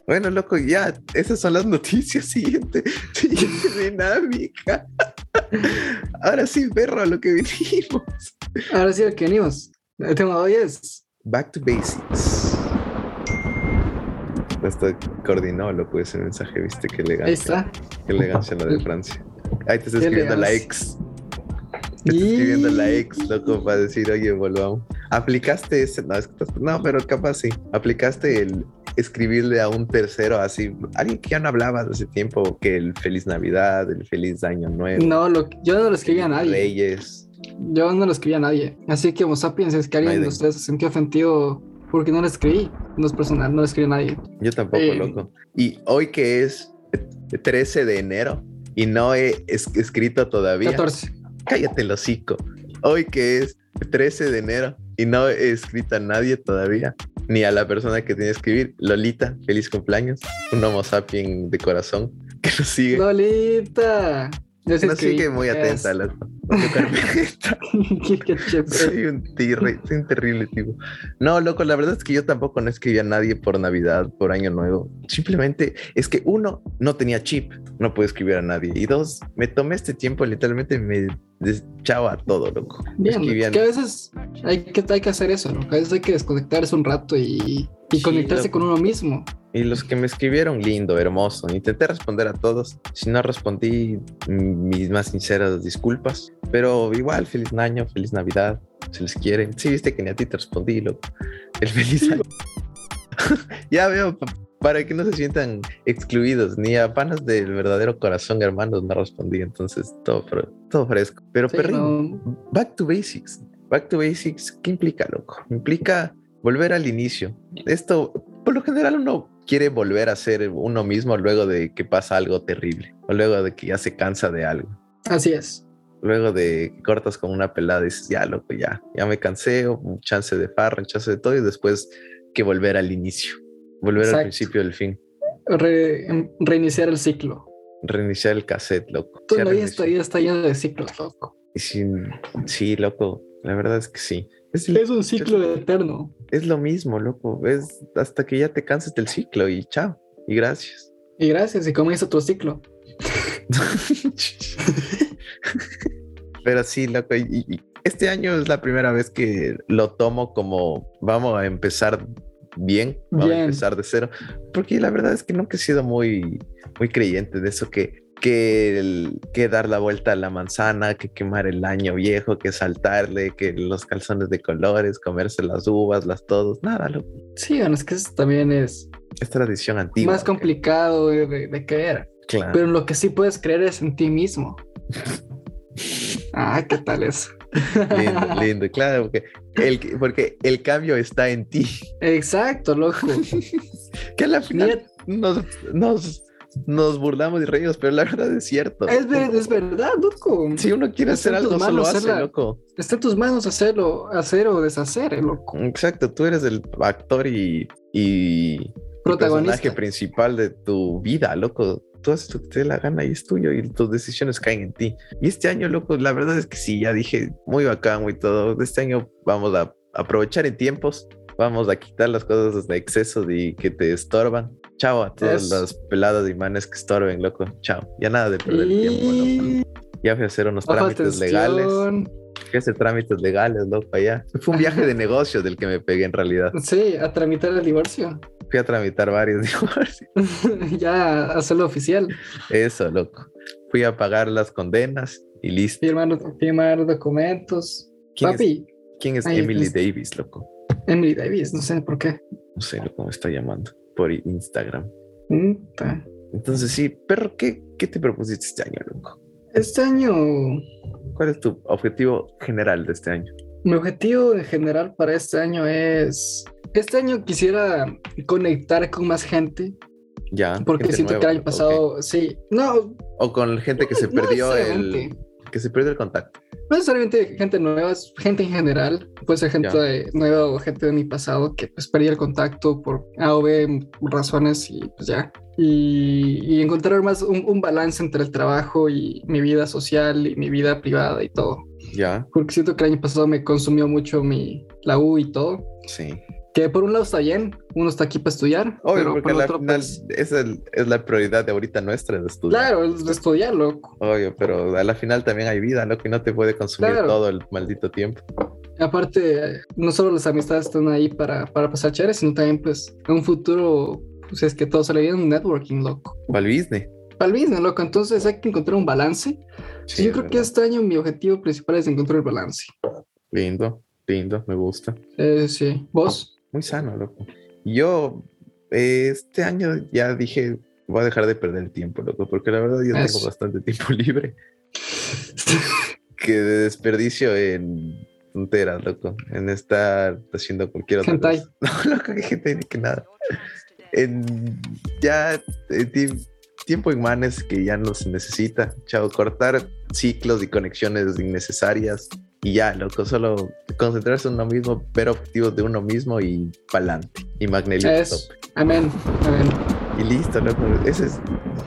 Speaker 1: Bueno, loco, ya, esas son las noticias. Siguiente, siguiente dinámica. Ahora sí, perro, a lo que vinimos.
Speaker 2: Ahora sí, al que venimos. El tema de hoy es.
Speaker 1: Back to basics. Hasta coordinó, loco, ese mensaje, viste, qué
Speaker 2: Ahí
Speaker 1: elegancia.
Speaker 2: está.
Speaker 1: Qué elegancia la de Francia. Ahí te está
Speaker 2: Qué
Speaker 1: escribiendo la
Speaker 2: elegancia.
Speaker 1: ex. Te está
Speaker 2: Y-
Speaker 1: escribiendo la ex, loco, para decir, oye, volvamos. Aplicaste ese. No, es que estás- no, pero capaz sí. Aplicaste el escribirle a un tercero así, alguien que ya no hablabas hace tiempo, que el feliz Navidad, el feliz Año Nuevo.
Speaker 2: No, lo, yo no lo escribí a
Speaker 1: feliz
Speaker 2: nadie.
Speaker 1: Reyes.
Speaker 2: Yo no lo escribí a nadie. Así que, Homo sapiens, si es que alguien de
Speaker 1: Biden.
Speaker 2: ustedes se sintió ofendido porque no lo escribí. No es personal, no lo escribí a nadie.
Speaker 1: Yo tampoco,
Speaker 2: Eh,
Speaker 1: loco. Y hoy que es 13 de enero y no he es- escrito todavía.
Speaker 2: 14.
Speaker 1: Cállate el hocico. Hoy que es 13 de enero y no he escrito a nadie todavía, ni a la persona que tiene que escribir. Lolita, feliz cumpleaños. Un homo sapien de corazón que nos sigue.
Speaker 2: Lolita. Yo sí
Speaker 1: nos
Speaker 2: escribí.
Speaker 1: sigue muy
Speaker 2: Es-
Speaker 1: atenta, loco. Yo carpeta.
Speaker 2: Qué- qué chévere.
Speaker 1: Soy un, tirri- soy un terrible tipo. No, loco, la verdad es que yo tampoco no escribí a nadie por Navidad, por Año Nuevo. Simplemente es que uno, no tenía chip, no pude escribir a nadie. Y dos, me tomé este tiempo, literalmente me deschaba todo, loco.
Speaker 2: Bien,
Speaker 1: Escribía-
Speaker 2: que a veces hay que, hay que hacer eso, ¿no? Que a veces hay que desconectarse un rato y, y
Speaker 1: Sí,
Speaker 2: conectarse
Speaker 1: loco.
Speaker 2: con uno mismo.
Speaker 1: Y los que me escribieron, lindo, hermoso. Intenté responder a todos. Si no respondí, mm, mis más sinceras disculpas. Pero igual, feliz año, feliz Navidad. Se les quiere. Sí, viste que ni a ti te respondí, loco. El feliz año. ya veo, pa- para que no se sientan excluidos. Ni a panas del verdadero corazón, hermanos, no respondí. Entonces, todo, fre- todo fresco. Pero,
Speaker 2: Sí,
Speaker 1: perrín,
Speaker 2: no,
Speaker 1: Back to basics. Back to basics, ¿qué implica, loco? Implica volver al inicio. Esto, por lo general, uno quiere volver a ser uno mismo luego de que pasa algo terrible, o luego de que ya se cansa de algo,
Speaker 2: Así es.
Speaker 1: luego de que cortas con una pelada y dices, ya, loco, ya, ya me cansé, o un chance de farra, un chance de todo, y después que volver al inicio, volver al
Speaker 2: Exacto.
Speaker 1: principio del fin,
Speaker 2: Re- em, reiniciar el ciclo.
Speaker 1: reiniciar el cassette, loco.
Speaker 2: Tú
Speaker 1: Ya
Speaker 2: la vida
Speaker 1: reinició.
Speaker 2: está, vida está llena de ciclos, loco.
Speaker 1: Y sí, sí, loco, la verdad es que sí. Es
Speaker 2: Es un ciclo eterno.
Speaker 1: es lo mismo, loco. Es hasta que ya te canses del ciclo y chao. Y gracias.
Speaker 2: Y gracias, y comienza otro ciclo.
Speaker 1: Pero sí, loco. y- y- y este año es la primera vez que lo tomo como vamos a empezar bien, vamos
Speaker 2: Bien.
Speaker 1: a empezar de cero. Porque la verdad es que nunca he sido muy, muy creyente de eso que que, el- que dar la vuelta a la manzana, que quemar el año viejo, que saltarle, que los calzones de colores, comerse las uvas, las todos, nada, loco.
Speaker 2: Sí, bueno, es que eso también es
Speaker 1: Es tradición antigua.
Speaker 2: más complicado de, de- de creer.
Speaker 1: Claro.
Speaker 2: Pero en lo que sí puedes creer es en ti mismo. Ah, ¿qué tal eso?
Speaker 1: Lindo, lindo, claro, porque el, porque el cambio está en ti.
Speaker 2: Exacto, loco.
Speaker 1: Que a la
Speaker 2: Mira,
Speaker 1: final nos, nos, nos burlamos y reímos, pero la verdad es cierto.
Speaker 2: es, ver- es verdad, loco.
Speaker 1: Si uno quiere
Speaker 2: está
Speaker 1: hacer
Speaker 2: en tus
Speaker 1: algo, solo
Speaker 2: manos
Speaker 1: hace,
Speaker 2: hacerla.
Speaker 1: loco.
Speaker 2: Está en tus manos hacerlo, hacer o deshacer, eh, loco.
Speaker 1: Exacto, tú eres el actor y, y el
Speaker 2: Protagonista.
Speaker 1: personaje principal de tu vida, loco. Tú haces lo que te dé la gana y es tuyo y tus decisiones caen en ti. Y este año, loco, la verdad es que sí, ya dije, muy bacán, muy todo. Este año vamos a aprovechar en tiempos, vamos a quitar las cosas de exceso y que te estorban. Chao a todas
Speaker 2: Eso.
Speaker 1: las peladas de imanes que estorben, loco. Chao. Ya nada de perder el tiempo, loco.
Speaker 2: Y...
Speaker 1: Ya fui a hacer unos
Speaker 2: bajo
Speaker 1: trámites legales.
Speaker 2: tensión.
Speaker 1: Fui a hacer trámites legales, loco, allá. Fue un viaje de negocios del que me pegué en realidad.
Speaker 2: Sí, a tramitar el divorcio.
Speaker 1: Fui fui a tramitar varios, dijo.
Speaker 2: ya hacerlo oficial.
Speaker 1: Eso, loco. Fui a pagar las condenas y listo.
Speaker 2: Firmar, firmar documentos.
Speaker 1: ¿Quién es,
Speaker 2: Papi,
Speaker 1: quién es
Speaker 2: Ahí,
Speaker 1: Emily
Speaker 2: listo.
Speaker 1: Davis, loco?
Speaker 2: Emily Davis, no sé por qué.
Speaker 1: No sé loco, me está llamando por Instagram.
Speaker 2: Mm, ta.
Speaker 1: Entonces, sí, perro, ¿qué, qué te propusiste este año, loco?
Speaker 2: Este año,
Speaker 1: ¿Cuál es tu objetivo general de este año?
Speaker 2: mi objetivo en general para este año es... Este año quisiera conectar con más gente,
Speaker 1: Ya.
Speaker 2: porque
Speaker 1: gente
Speaker 2: siento que
Speaker 1: nueva,
Speaker 2: el año
Speaker 1: loco, ok.
Speaker 2: pasado, sí, no,
Speaker 1: O con gente que se
Speaker 2: no
Speaker 1: perdió
Speaker 2: necesariamente.
Speaker 1: el. Que se perdió el contacto.
Speaker 2: No necesariamente gente nueva, es gente en general. Puede ser gente
Speaker 1: Ya.
Speaker 2: de- nueva o gente de mi pasado que pues perdí el contacto por A o B razones y pues ya. Y, y encontrar más un, un balance entre el trabajo y mi vida social y mi vida privada y todo.
Speaker 1: Ya,
Speaker 2: Porque siento que el año pasado me consumió mucho mi, la U y todo.
Speaker 1: sí.
Speaker 2: Que por un lado está bien, uno está aquí para estudiar,
Speaker 1: Obvio,
Speaker 2: pero
Speaker 1: porque
Speaker 2: por
Speaker 1: a la
Speaker 2: otro,
Speaker 1: final
Speaker 2: pues,
Speaker 1: esa es- es la prioridad de ahorita nuestra de estudiar.
Speaker 2: claro, es de estudiar, loco.
Speaker 1: Obvio, pero a la final también hay vida, loco, y no te puede consumir
Speaker 2: Claro.
Speaker 1: todo el maldito tiempo.
Speaker 2: Aparte, no solo las amistades están ahí para, para pasar chévere, sino también, pues, en un futuro, pues es que todo sale bien, un networking, loco.
Speaker 1: ¿Cuál business?
Speaker 2: Para el business, loco, entonces hay que encontrar un balance.
Speaker 1: Sí,
Speaker 2: Yo
Speaker 1: es
Speaker 2: creo que
Speaker 1: verdad.
Speaker 2: este año mi objetivo principal es encontrar el balance.
Speaker 1: Lindo, lindo, me gusta.
Speaker 2: Eh, sí, vos.
Speaker 1: Muy sano, loco. Yo eh, este año ya dije, voy a dejar de perder tiempo, loco, porque la verdad yo
Speaker 2: Eso.
Speaker 1: tengo bastante tiempo libre que de desperdicio en tonteras, loco, en estar haciendo cualquier otra
Speaker 2: Hentai.
Speaker 1: cosa. No, loco, que gente ni que nada.
Speaker 4: Eh,
Speaker 1: en ya eh, ti- tiempo en manes que ya no se necesita. Chao, cortar ciclos y conexiones innecesarias y ya, loco, solo concentrarse en uno mismo, ver objetivos de uno mismo y pa'lante. Y Magnelito.
Speaker 2: Es, amén, amén.
Speaker 1: Y listo, loco. Ese es,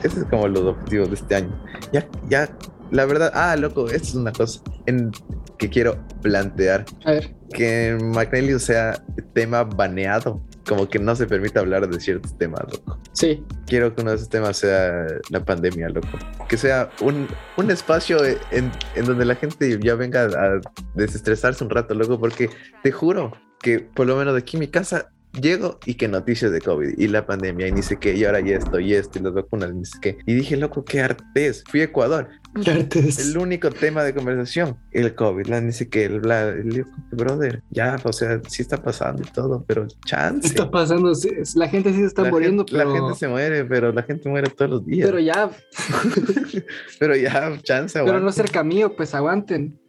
Speaker 1: ese es como los objetivos de este año. Ya, ya, la verdad, ah, loco, esta es una cosa en, que quiero plantear
Speaker 2: A ver,
Speaker 1: que Magnelio sea tema baneado, como que no se permite hablar de ciertos temas, loco.
Speaker 2: sí,
Speaker 1: Quiero que uno de esos temas sea la pandemia, loco. Que sea un, un espacio en, en donde la gente ya venga a desestresarse un rato, loco, porque te juro que por lo menos de aquí en mi casa llego y que noticias de COVID y la pandemia y ni sé qué, y ahora y esto, y esto, y las vacunas, y ni sé qué. Y dije, loco, qué artes. Fui a Ecuador,
Speaker 2: qué arte es.
Speaker 1: el único tema de conversación, el COVID, la dice que el bla, el yo, brother, ya, o sea, sí está pasando y todo, pero chance.
Speaker 2: está pasando? Sí, es- La gente sí se está
Speaker 1: La
Speaker 2: muriendo,
Speaker 1: gente- la
Speaker 2: pero,
Speaker 1: gente se muere, pero la gente muere todos los días.
Speaker 2: pero ya,
Speaker 1: Pero ya, chance,
Speaker 2: pero
Speaker 1: aguanta.
Speaker 2: no cerca mío, pues aguanten.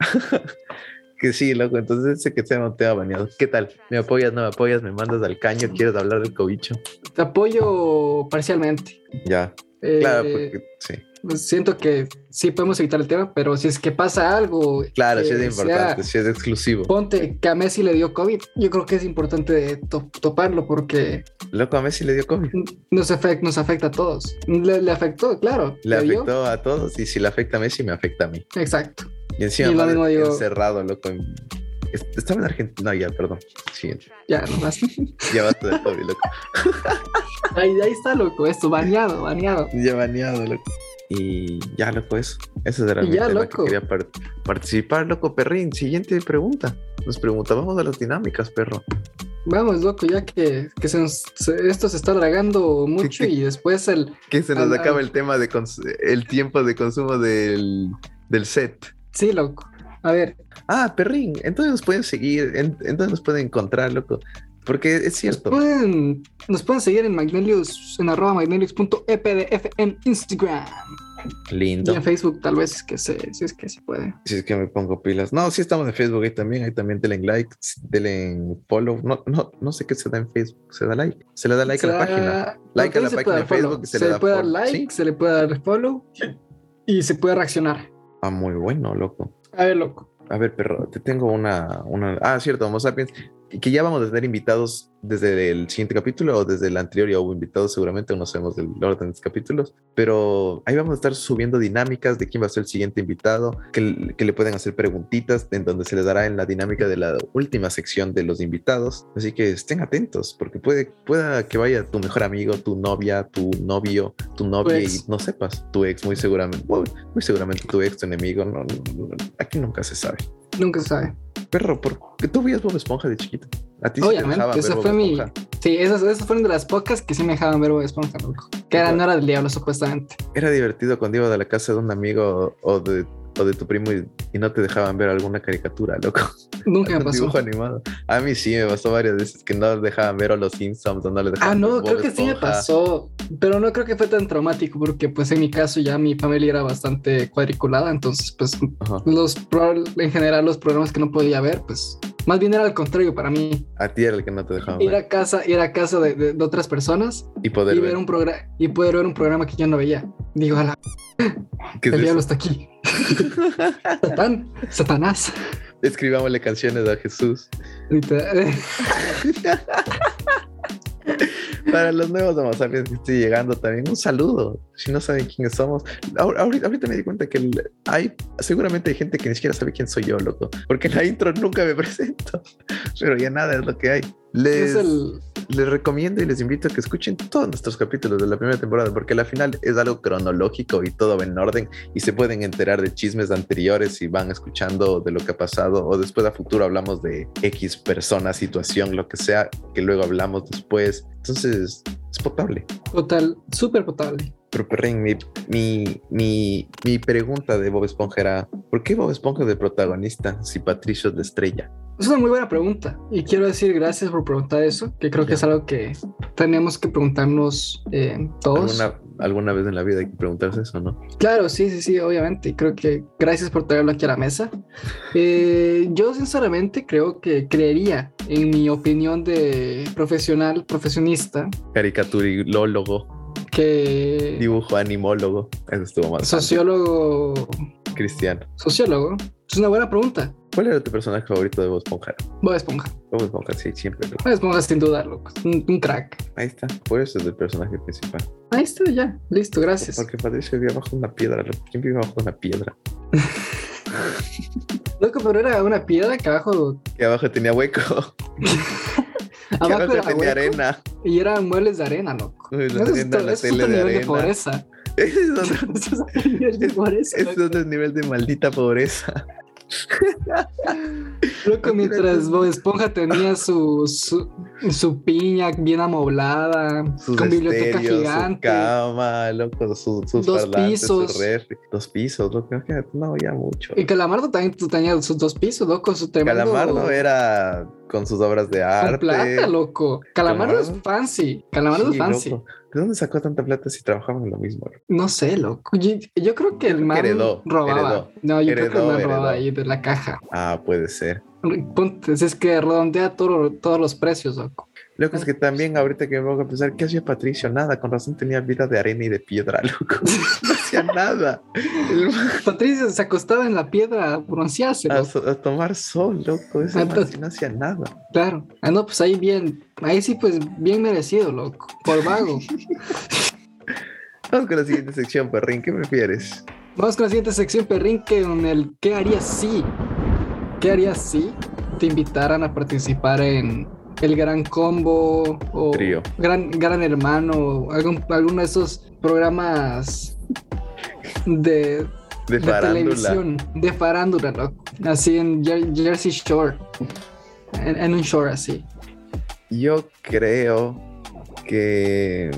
Speaker 1: que sí, loco. Entonces ese que sea un tema baneado. ¿Qué tal? ¿Me apoyas? ¿No me apoyas? ¿Me mandas al caño? ¿Quieres hablar del cobicho?
Speaker 2: Te apoyo parcialmente.
Speaker 1: Ya,
Speaker 2: Eh,
Speaker 1: claro, porque sí.
Speaker 2: Pues siento que sí podemos evitar el tema, pero si es que pasa algo,
Speaker 1: Claro,
Speaker 2: que
Speaker 1: sí es
Speaker 2: eh, sea-
Speaker 1: importante, sí es exclusivo.
Speaker 2: ponte que a Messi le dio COVID, yo creo que es importante to- toparlo porque
Speaker 1: Loco, a Messi le dio COVID.
Speaker 2: nos, afec- nos afecta a todos. Le, le afectó, claro.
Speaker 1: Le
Speaker 2: dio.
Speaker 1: afectó a todos y si le afecta a Messi, me afecta a mí.
Speaker 2: Exacto.
Speaker 1: Y encima
Speaker 2: Y lo
Speaker 1: más
Speaker 2: mismo digo-
Speaker 1: encerrado, loco. en- es- Estaba en Argentina. No, ya, perdón. Siguiente.
Speaker 2: Ya, nomás.
Speaker 1: Ya basta de COVID, loco.
Speaker 2: ahí, ahí está, loco, esto, baneado, baneado.
Speaker 1: Ya baneado, loco. Y ya, loco, eso. Eso era
Speaker 2: Y
Speaker 1: mi
Speaker 2: ya,
Speaker 1: tema
Speaker 2: loco.
Speaker 1: que quería par- participar, loco, perrín. Siguiente pregunta. Nos preguntábamos de las dinámicas, perro.
Speaker 2: Vamos, loco, ya que, que se nos- se- esto se está dragando mucho
Speaker 1: sí.
Speaker 2: y después el...
Speaker 1: Que se nos
Speaker 2: Al-
Speaker 1: acaba
Speaker 2: al-
Speaker 1: el tema de cons- el tiempo de consumo del, del set.
Speaker 2: Sí, loco. A ver,
Speaker 1: Ah, perrín. Entonces nos pueden seguir, en- entonces nos pueden encontrar, loco. Porque es cierto.
Speaker 2: Pues, pueden, nos pueden seguir en magnelius, en arroba E magnelius.epdf en Instagram.
Speaker 1: Lindo.
Speaker 2: Y en Facebook tal vez que se, si es que se puede.
Speaker 1: Si es que me pongo pilas. No, sí estamos en Facebook ahí también. Ahí también denle like, denle follow. No, no, no sé qué se da en Facebook. ¿Se da like? Se le da like a la página. Like a la página de Facebook y
Speaker 2: Se, le puede dar
Speaker 1: follow,
Speaker 2: like,
Speaker 1: ¿sí?
Speaker 2: se le puede dar follow y se puede reaccionar.
Speaker 1: Ah, muy bueno, loco.
Speaker 2: A ver, loco.
Speaker 1: A ver, perro, te tengo una, una... Ah, cierto, Homo sapiens. que- Que ya vamos a tener invitados desde el siguiente capítulo o desde el anterior ya hubo invitados seguramente, aún no sabemos el orden de los capítulos, pero ahí vamos a estar subiendo dinámicas de quién va a ser el siguiente invitado, que, que le pueden hacer preguntitas en donde se les dará en la dinámica de la última sección de los invitados. Así que estén atentos porque puede, pueda que vaya tu mejor amigo, tu novia, tu novio, tu novia y
Speaker 2: ex.
Speaker 1: no sepas, tu ex muy seguramente, muy, muy seguramente tu ex, tu enemigo, no, no, no, aquí nunca se sabe.
Speaker 2: Nunca se sabe.
Speaker 1: Perro, ¿por qué tú veías Bob Esponja de chiquito? A ti sí te
Speaker 2: Obviamente,
Speaker 1: dejaban ver
Speaker 2: esa
Speaker 1: Bob
Speaker 2: fue mi-
Speaker 1: Esponja.
Speaker 2: Sí, esas, esas fueron de las pocas que sí me dejaban ver Bob Esponja, loco. Que era, no era del diablo, supuestamente.
Speaker 1: Era divertido cuando ibas a la casa de un amigo o de, o de tu primo y, y no te dejaban ver alguna caricatura, loco.
Speaker 2: Nunca me
Speaker 1: Un
Speaker 2: pasó.
Speaker 1: dibujo animado. A mí sí me pasó varias veces que no dejaban ver o los Simpsons o no les
Speaker 2: Ah,
Speaker 1: dejaban ver
Speaker 2: no,
Speaker 1: Bob
Speaker 2: creo que sí me
Speaker 1: Esponja.
Speaker 2: pasó, pero no creo que fue tan traumático porque pues en mi caso ya mi familia era bastante cuadriculada, entonces pues
Speaker 1: Ajá.
Speaker 2: los pro- en general los programas que no podía ver, pues más bien era al contrario para mí,
Speaker 1: A ti era el que no te dejaban
Speaker 2: ir
Speaker 1: ver
Speaker 2: a casa, ir a casa de, de- de otras personas
Speaker 1: y poder
Speaker 2: y
Speaker 1: Ah, ver.
Speaker 2: ver un programa y poder ver un programa que yo no veía. Digo, "Ala,
Speaker 1: ¿Qué es
Speaker 2: el diablo
Speaker 1: eso?
Speaker 2: está aquí. Satán, Satanás.
Speaker 1: Escribámosle canciones a Jesús.
Speaker 2: Literal. eh,
Speaker 1: Para los nuevos amazapiens que estoy llegando también, un saludo. Si no saben quiénes somos, ahor- ahorita, ahorita me di cuenta que el- hay seguramente hay gente que ni siquiera sabe quién soy yo, loco, porque en la intro nunca me presento, pero ya nada es lo que hay. Les,
Speaker 2: Es el
Speaker 1: les recomiendo y les invito a que escuchen todos nuestros capítulos de la primera temporada, porque la final es algo cronológico y todo va en orden y se pueden enterar de chismes anteriores si van escuchando de lo que ha pasado o después a futuro hablamos de X persona, situación, lo que sea, que luego hablamos después. Entonces, es potable.
Speaker 2: total, súper potable.
Speaker 1: Pero Perrin, mi, mi, mi, mi pregunta de Bob Esponja era, ¿por qué Bob Esponja es de protagonista si Patricio es de estrella?
Speaker 2: Es una muy buena pregunta y quiero decir gracias por preguntar eso, que creo que es algo que tenemos que preguntarnos eh, todos.
Speaker 1: ¿Alguna, alguna vez en la vida hay que preguntarse eso, ¿no?
Speaker 2: Claro, sí, sí, sí, obviamente. y Creo que gracias por traerlo aquí a la mesa. Eh, yo sinceramente creo que creería en mi opinión de profesional, profesionista,
Speaker 1: Caricaturilólogo.
Speaker 2: que
Speaker 1: dibujo animólogo. Eso estuvo más
Speaker 2: sociólogo,
Speaker 1: cristiano.
Speaker 2: sociólogo. Es una buena pregunta.
Speaker 1: ¿Cuál era tu personaje favorito de Bob Esponja?
Speaker 2: Bob Esponja,
Speaker 1: Bob Esponja, sí, siempre. ¿no?
Speaker 2: Bob Esponja sin duda, loco. Un, un crack.
Speaker 1: Ahí está. Por eso es el personaje principal.
Speaker 2: Ahí está, ya. Listo, gracias.
Speaker 1: Porque Patricio vivía bajo una piedra. loco. ¿Quién vive bajo una piedra?
Speaker 2: Loco, pero era una piedra que abajo,
Speaker 1: Que abajo tenía hueco. que
Speaker 2: abajo
Speaker 1: abajo
Speaker 2: era
Speaker 1: tenía
Speaker 2: hueco
Speaker 1: arena.
Speaker 2: y eran muebles de arena, loco.
Speaker 1: Uy,
Speaker 2: Eso
Speaker 1: La
Speaker 2: es
Speaker 1: arena,
Speaker 2: to-
Speaker 1: la
Speaker 2: eso es
Speaker 1: tele
Speaker 2: otro
Speaker 1: de
Speaker 2: nivel de
Speaker 1: arena.
Speaker 2: pobreza.
Speaker 1: Ese es otro-
Speaker 2: Eso es otro nivel de pobreza,
Speaker 1: ese es
Speaker 2: loco.
Speaker 1: otro nivel de maldita pobreza.
Speaker 2: Loco, mientras Bob Esponja tenía su, su, su piña bien amoblada,
Speaker 1: Sus
Speaker 2: con biblioteca
Speaker 1: estéreos, su
Speaker 2: gigante.
Speaker 1: cama, loco, sus, sus
Speaker 2: Dos
Speaker 1: parlantes, su
Speaker 2: pisos.
Speaker 1: refri. Dos pisos, loco. imagínate, No, ya mucho.
Speaker 2: Y Calamardo también t- tenía sus dos pisos, loco, su tremendo...
Speaker 1: Calamardo era con sus obras de arte.
Speaker 2: Con plata, loco. Calamardo es
Speaker 1: Calamardo.
Speaker 2: fancy. Calamardo
Speaker 1: Sí,
Speaker 2: es fancy.
Speaker 1: loco. ¿De dónde sacó tanta plata si trabajaban en lo mismo? loco?
Speaker 2: No sé, loco. Yo, yo creo que el man
Speaker 1: heredó,
Speaker 2: robaba.
Speaker 1: heredó,
Speaker 2: no, yo creo que el
Speaker 1: heredó,
Speaker 2: man
Speaker 1: heredó.
Speaker 2: robaba ahí de la caja.
Speaker 1: Ah, puede ser.
Speaker 2: Ponte, si es que redondea todo- todos los precios, loco.
Speaker 1: Loco, es que también ahorita que me pongo a pensar, ¿qué hacía Patricio? Nada, con razón tenía vida de arena y de piedra, loco. No hacía nada. El man
Speaker 2: Patricio se acostaba en la piedra a broncearse,
Speaker 1: a,
Speaker 2: loco.
Speaker 1: so- a tomar sol, loco. Ese man sí no hacía nada.
Speaker 2: Claro. Ah, no, pues ahí bien, ahí sí, pues bien merecido, loco. Por vago.
Speaker 1: Vamos con la siguiente sección, perrín. ¿Qué prefieres?
Speaker 2: Vamos con la siguiente sección, Perrín, que en el ¿qué harías si? ¿Qué harías si te invitaran a participar en el Gran Combo o
Speaker 1: Trío.
Speaker 2: Gran, Gran Hermano o algún- alguno de esos programas de,
Speaker 1: De
Speaker 2: de
Speaker 1: farándula.
Speaker 2: televisión, de farándula, loco. Así en Jer- Jersey Shore. En, en un shore así.
Speaker 1: Yo creo que...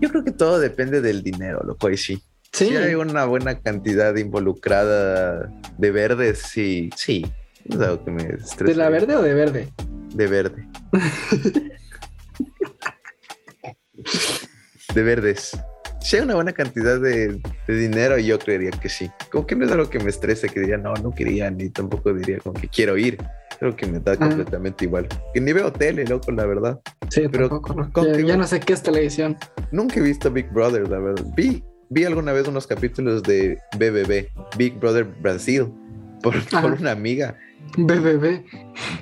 Speaker 1: Yo creo que todo depende del dinero, loco, y sí.
Speaker 2: Sí,
Speaker 1: Si hay una buena cantidad involucrada de verdes, sí, sí. Es algo que me estresa.
Speaker 2: ¿de la verde o de verde?
Speaker 1: De verde. de verdes. Si hay una buena cantidad de, de dinero, yo creería que sí. Como que no es algo que me estrese, que diría, no, no quería, ni tampoco diría como que quiero ir. Creo que me da completamente igual. Que ni veo tele, loco, la verdad.
Speaker 2: Sí,
Speaker 1: Pero
Speaker 2: tampoco, loco.
Speaker 1: contigo-
Speaker 2: Ya- ya no sé qué es televisión.
Speaker 1: Nunca he visto Big Brother, la verdad. Vi, vi alguna vez unos capítulos de BBB, Big Brother Brasil, por,
Speaker 2: Ajá.
Speaker 1: por una amiga.
Speaker 2: BBB.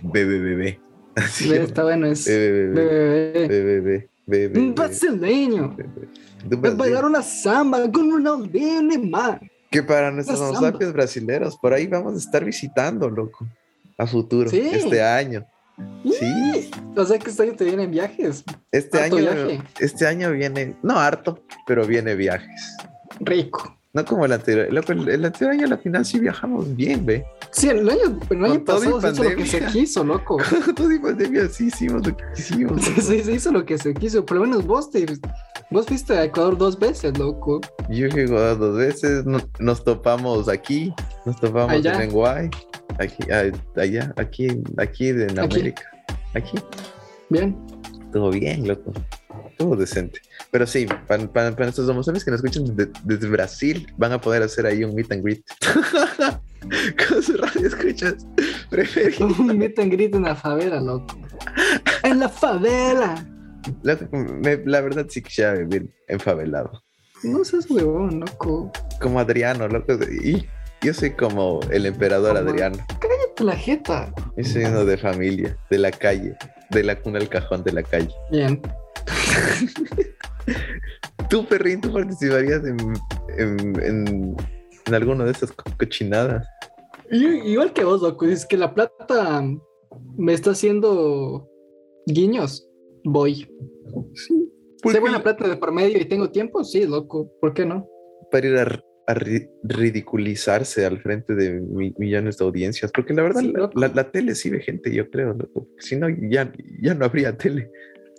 Speaker 1: BBB. Así
Speaker 2: Ve,
Speaker 1: yo,
Speaker 2: Está Mm, bueno, es.
Speaker 1: eh, BBB.
Speaker 2: BBB.
Speaker 1: BBB.
Speaker 2: Un
Speaker 1: BBB.
Speaker 2: brasileño.
Speaker 1: De
Speaker 2: Va a
Speaker 1: Brasil.
Speaker 2: bailar una samba con Ronaldinho y Neymar.
Speaker 1: Que para nuestros
Speaker 2: una
Speaker 1: homo sapiens brasileros, por ahí vamos a estar visitando, loco. A futuro,
Speaker 2: Sí.
Speaker 1: este año. Sí,
Speaker 2: O sea que este año te vienen viajes.
Speaker 1: este
Speaker 2: Harto
Speaker 1: año,
Speaker 2: viaje.
Speaker 1: este año viene, no harto, pero viene viajes.
Speaker 2: Rico.
Speaker 1: No como el anterior. Loco, el, el anterior año a la final sí viajamos bien, ve.
Speaker 2: Sí, el año, el año
Speaker 1: Con todo y
Speaker 2: pasado se hizo lo que se
Speaker 1: pandemia.
Speaker 2: quiso, loco.
Speaker 1: Todo y pandemia sí hicimos lo que quisimos.
Speaker 2: Sí, sí, se hizo lo que se quiso. Por lo menos vos te, vos fuiste a Ecuador dos veces, loco.
Speaker 1: Yo fui a Ecuador dos veces, no- nos topamos aquí, nos topamos
Speaker 2: Allá.
Speaker 1: en Guay, aquí, a- allá, aquí, aquí en
Speaker 2: Aquí.
Speaker 1: América. Aquí,
Speaker 2: Bien.
Speaker 1: todo bien, loco. Todo decente. Pero sí, para, para, para nuestros homosexuales que nos escuchan de- desde Brasil, van a poder hacer ahí un meet and greet. Con su radio escuchas. Preferido.
Speaker 2: Un meet and greet en la favela, loco. En la favela.
Speaker 1: Loco, me- La, verdad sí quisiera vivir enfavelado.
Speaker 2: No seas huevón, loco.
Speaker 1: Como Adriano, loco. Y yo soy como el emperador
Speaker 2: Como-
Speaker 1: Adriano.
Speaker 2: Cállate la jeta.
Speaker 1: Yo soy uno de familia, de la calle, de la cuna al cajón de la calle.
Speaker 2: Bien.
Speaker 1: ¿Tú, perrín, tú participarías en, en, en, en alguna de esas co- cochinadas?
Speaker 2: Y- igual que vos, loco. Es que la plata mm, me está haciendo guiños. Voy. Si
Speaker 1: ¿Por
Speaker 2: hay
Speaker 1: qué
Speaker 2: buena plata de por medio y tengo tiempo, sí, loco. ¿Por qué no?
Speaker 1: Para ir a, r- a ri- ridiculizarse al frente de mi- millones de audiencias. Porque la verdad,
Speaker 2: Sí,
Speaker 1: la,
Speaker 2: loco.
Speaker 1: la- la tele sí ve gente, yo creo, loco. Si no, ya, ya no habría tele.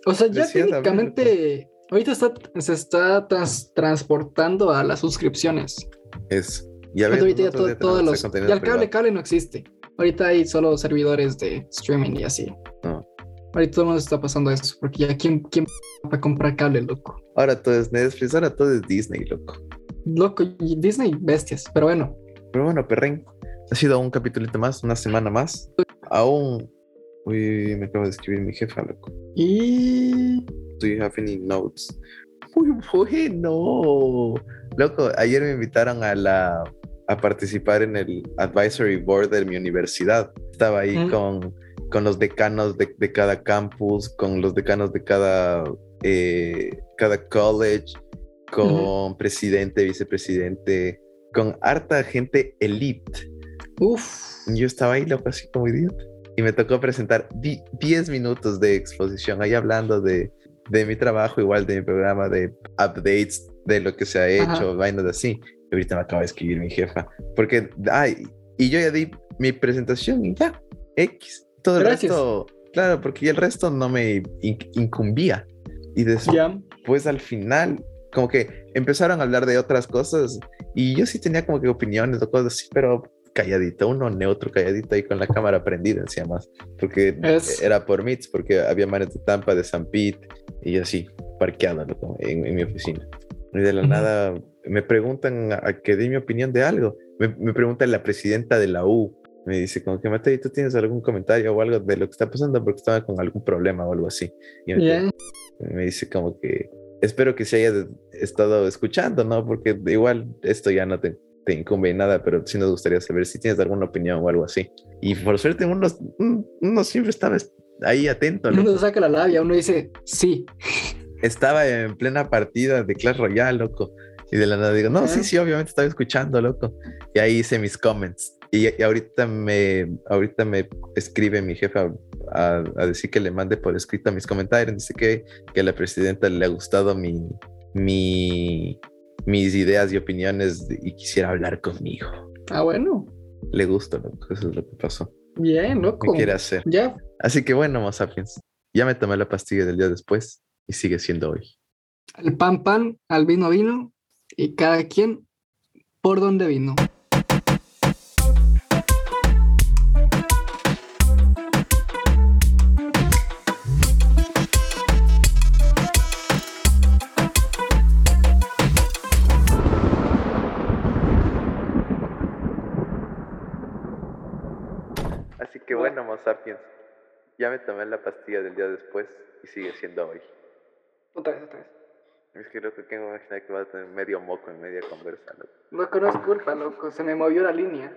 Speaker 2: O sea, ya
Speaker 1: Decías, a ver,
Speaker 2: técnicamente ahorita está, se está trans- transportando a las suscripciones.
Speaker 1: Es. Ya ves,
Speaker 2: Entonces, ahorita ya
Speaker 1: nosotros
Speaker 2: to- todos
Speaker 1: tenemos el
Speaker 2: los... Ya
Speaker 1: contenido
Speaker 2: el cable,
Speaker 1: privado.
Speaker 2: cable no existe. Ahorita hay solo servidores de streaming y así.
Speaker 1: Ah.
Speaker 2: Ahorita todo el mundo está pasando esto, porque ya quién, quién va a comprar cable, loco.
Speaker 1: Ahora todo es Netflix, ahora todo es Disney, loco.
Speaker 2: Loco, y Disney, bestias, pero bueno.
Speaker 1: Pero bueno, perren, ha sido un capítulito más, una semana más. Aún. Uy, me acaba de escribir mi jefa, loco.
Speaker 2: Y...
Speaker 1: Do you have any notes? Muy bueno. Loco, ayer me invitaron a la a participar en el advisory board de mi universidad. Estaba ahí
Speaker 2: Mm.
Speaker 1: con, con los decanos de, de cada campus, con los decanos de cada, eh, cada college, con
Speaker 2: Ujú.
Speaker 1: presidente, vicepresidente, con harta gente elite.
Speaker 2: Uf.
Speaker 1: Yo estaba ahí loco, así como idiota. Y me tocó presentar di- 10 minutos de exposición ahí hablando de, de mi trabajo, igual de mi programa, de updates, de lo que se ha
Speaker 2: Ajá.
Speaker 1: hecho, vainas así. Y ahorita me acaba de escribir mi jefa. Porque, ay, y yo ya di mi presentación y ya, X. Todo el
Speaker 2: Gracias.
Speaker 1: resto, claro, porque el resto no me in- incumbía. Y después
Speaker 2: Ya.
Speaker 1: pues al final, como que empezaron a hablar de otras cosas y yo sí tenía como que opiniones o cosas así, pero calladito, uno neutro, calladito ahí con la cámara prendida encima más, porque
Speaker 2: Es-
Speaker 1: era por MITS, porque había manes de Tampa, de San Pete y así, parqueado loco, en, en mi oficina. Y de la
Speaker 2: Ujú.
Speaker 1: nada me preguntan a, a que dé mi opinión de algo. Me, me pregunta la presidenta de la U. Me dice como que Mateo, ¿tú tienes algún comentario o algo de lo que está pasando? Porque estaba con algún problema o algo así. Y yo,
Speaker 2: Ya.
Speaker 1: me dice como que espero que se haya de- estado escuchando, ¿no? Porque igual esto ya no te, te incumbe en nada, pero sí nos gustaría saber si tienes alguna opinión o algo así. Y por suerte uno, uno siempre estaba es- ahí atento, ¿no?
Speaker 2: Uno saca la labia, uno dice, sí.
Speaker 1: Estaba en plena partida de Clash Royale, loco. Y de la nada digo, no,
Speaker 2: Ajá.
Speaker 1: sí, sí, obviamente estaba escuchando, loco. Y ahí hice mis comments. Y, y ahorita, me, ahorita me escribe mi jefa a, a decir que le mande por escrito mis comentarios. Dice que, que a la presidenta le ha gustado mi, mi, mis ideas y opiniones y quisiera hablar conmigo.
Speaker 2: Ah, bueno.
Speaker 1: Le gusta, loco. Eso es lo que pasó.
Speaker 2: Bien,
Speaker 1: Me
Speaker 2: loco.
Speaker 1: quiere hacer.
Speaker 2: Ya.
Speaker 1: Así que bueno, Homo sapiens, ya me tomé la pastilla del día después y sigue siendo hoy.
Speaker 2: Al pan pan, al vino vino, y cada quien por donde vino.
Speaker 1: Así que bueno, Homo sapiens, ya me tomé la pastilla del día después y sigue siendo hoy.
Speaker 2: Otra vez, otra vez.
Speaker 1: Es que loco, que me imaginar que vas a tener medio moco en media conversa. loco.
Speaker 2: No conozco culpa, loco. Se me movió la línea.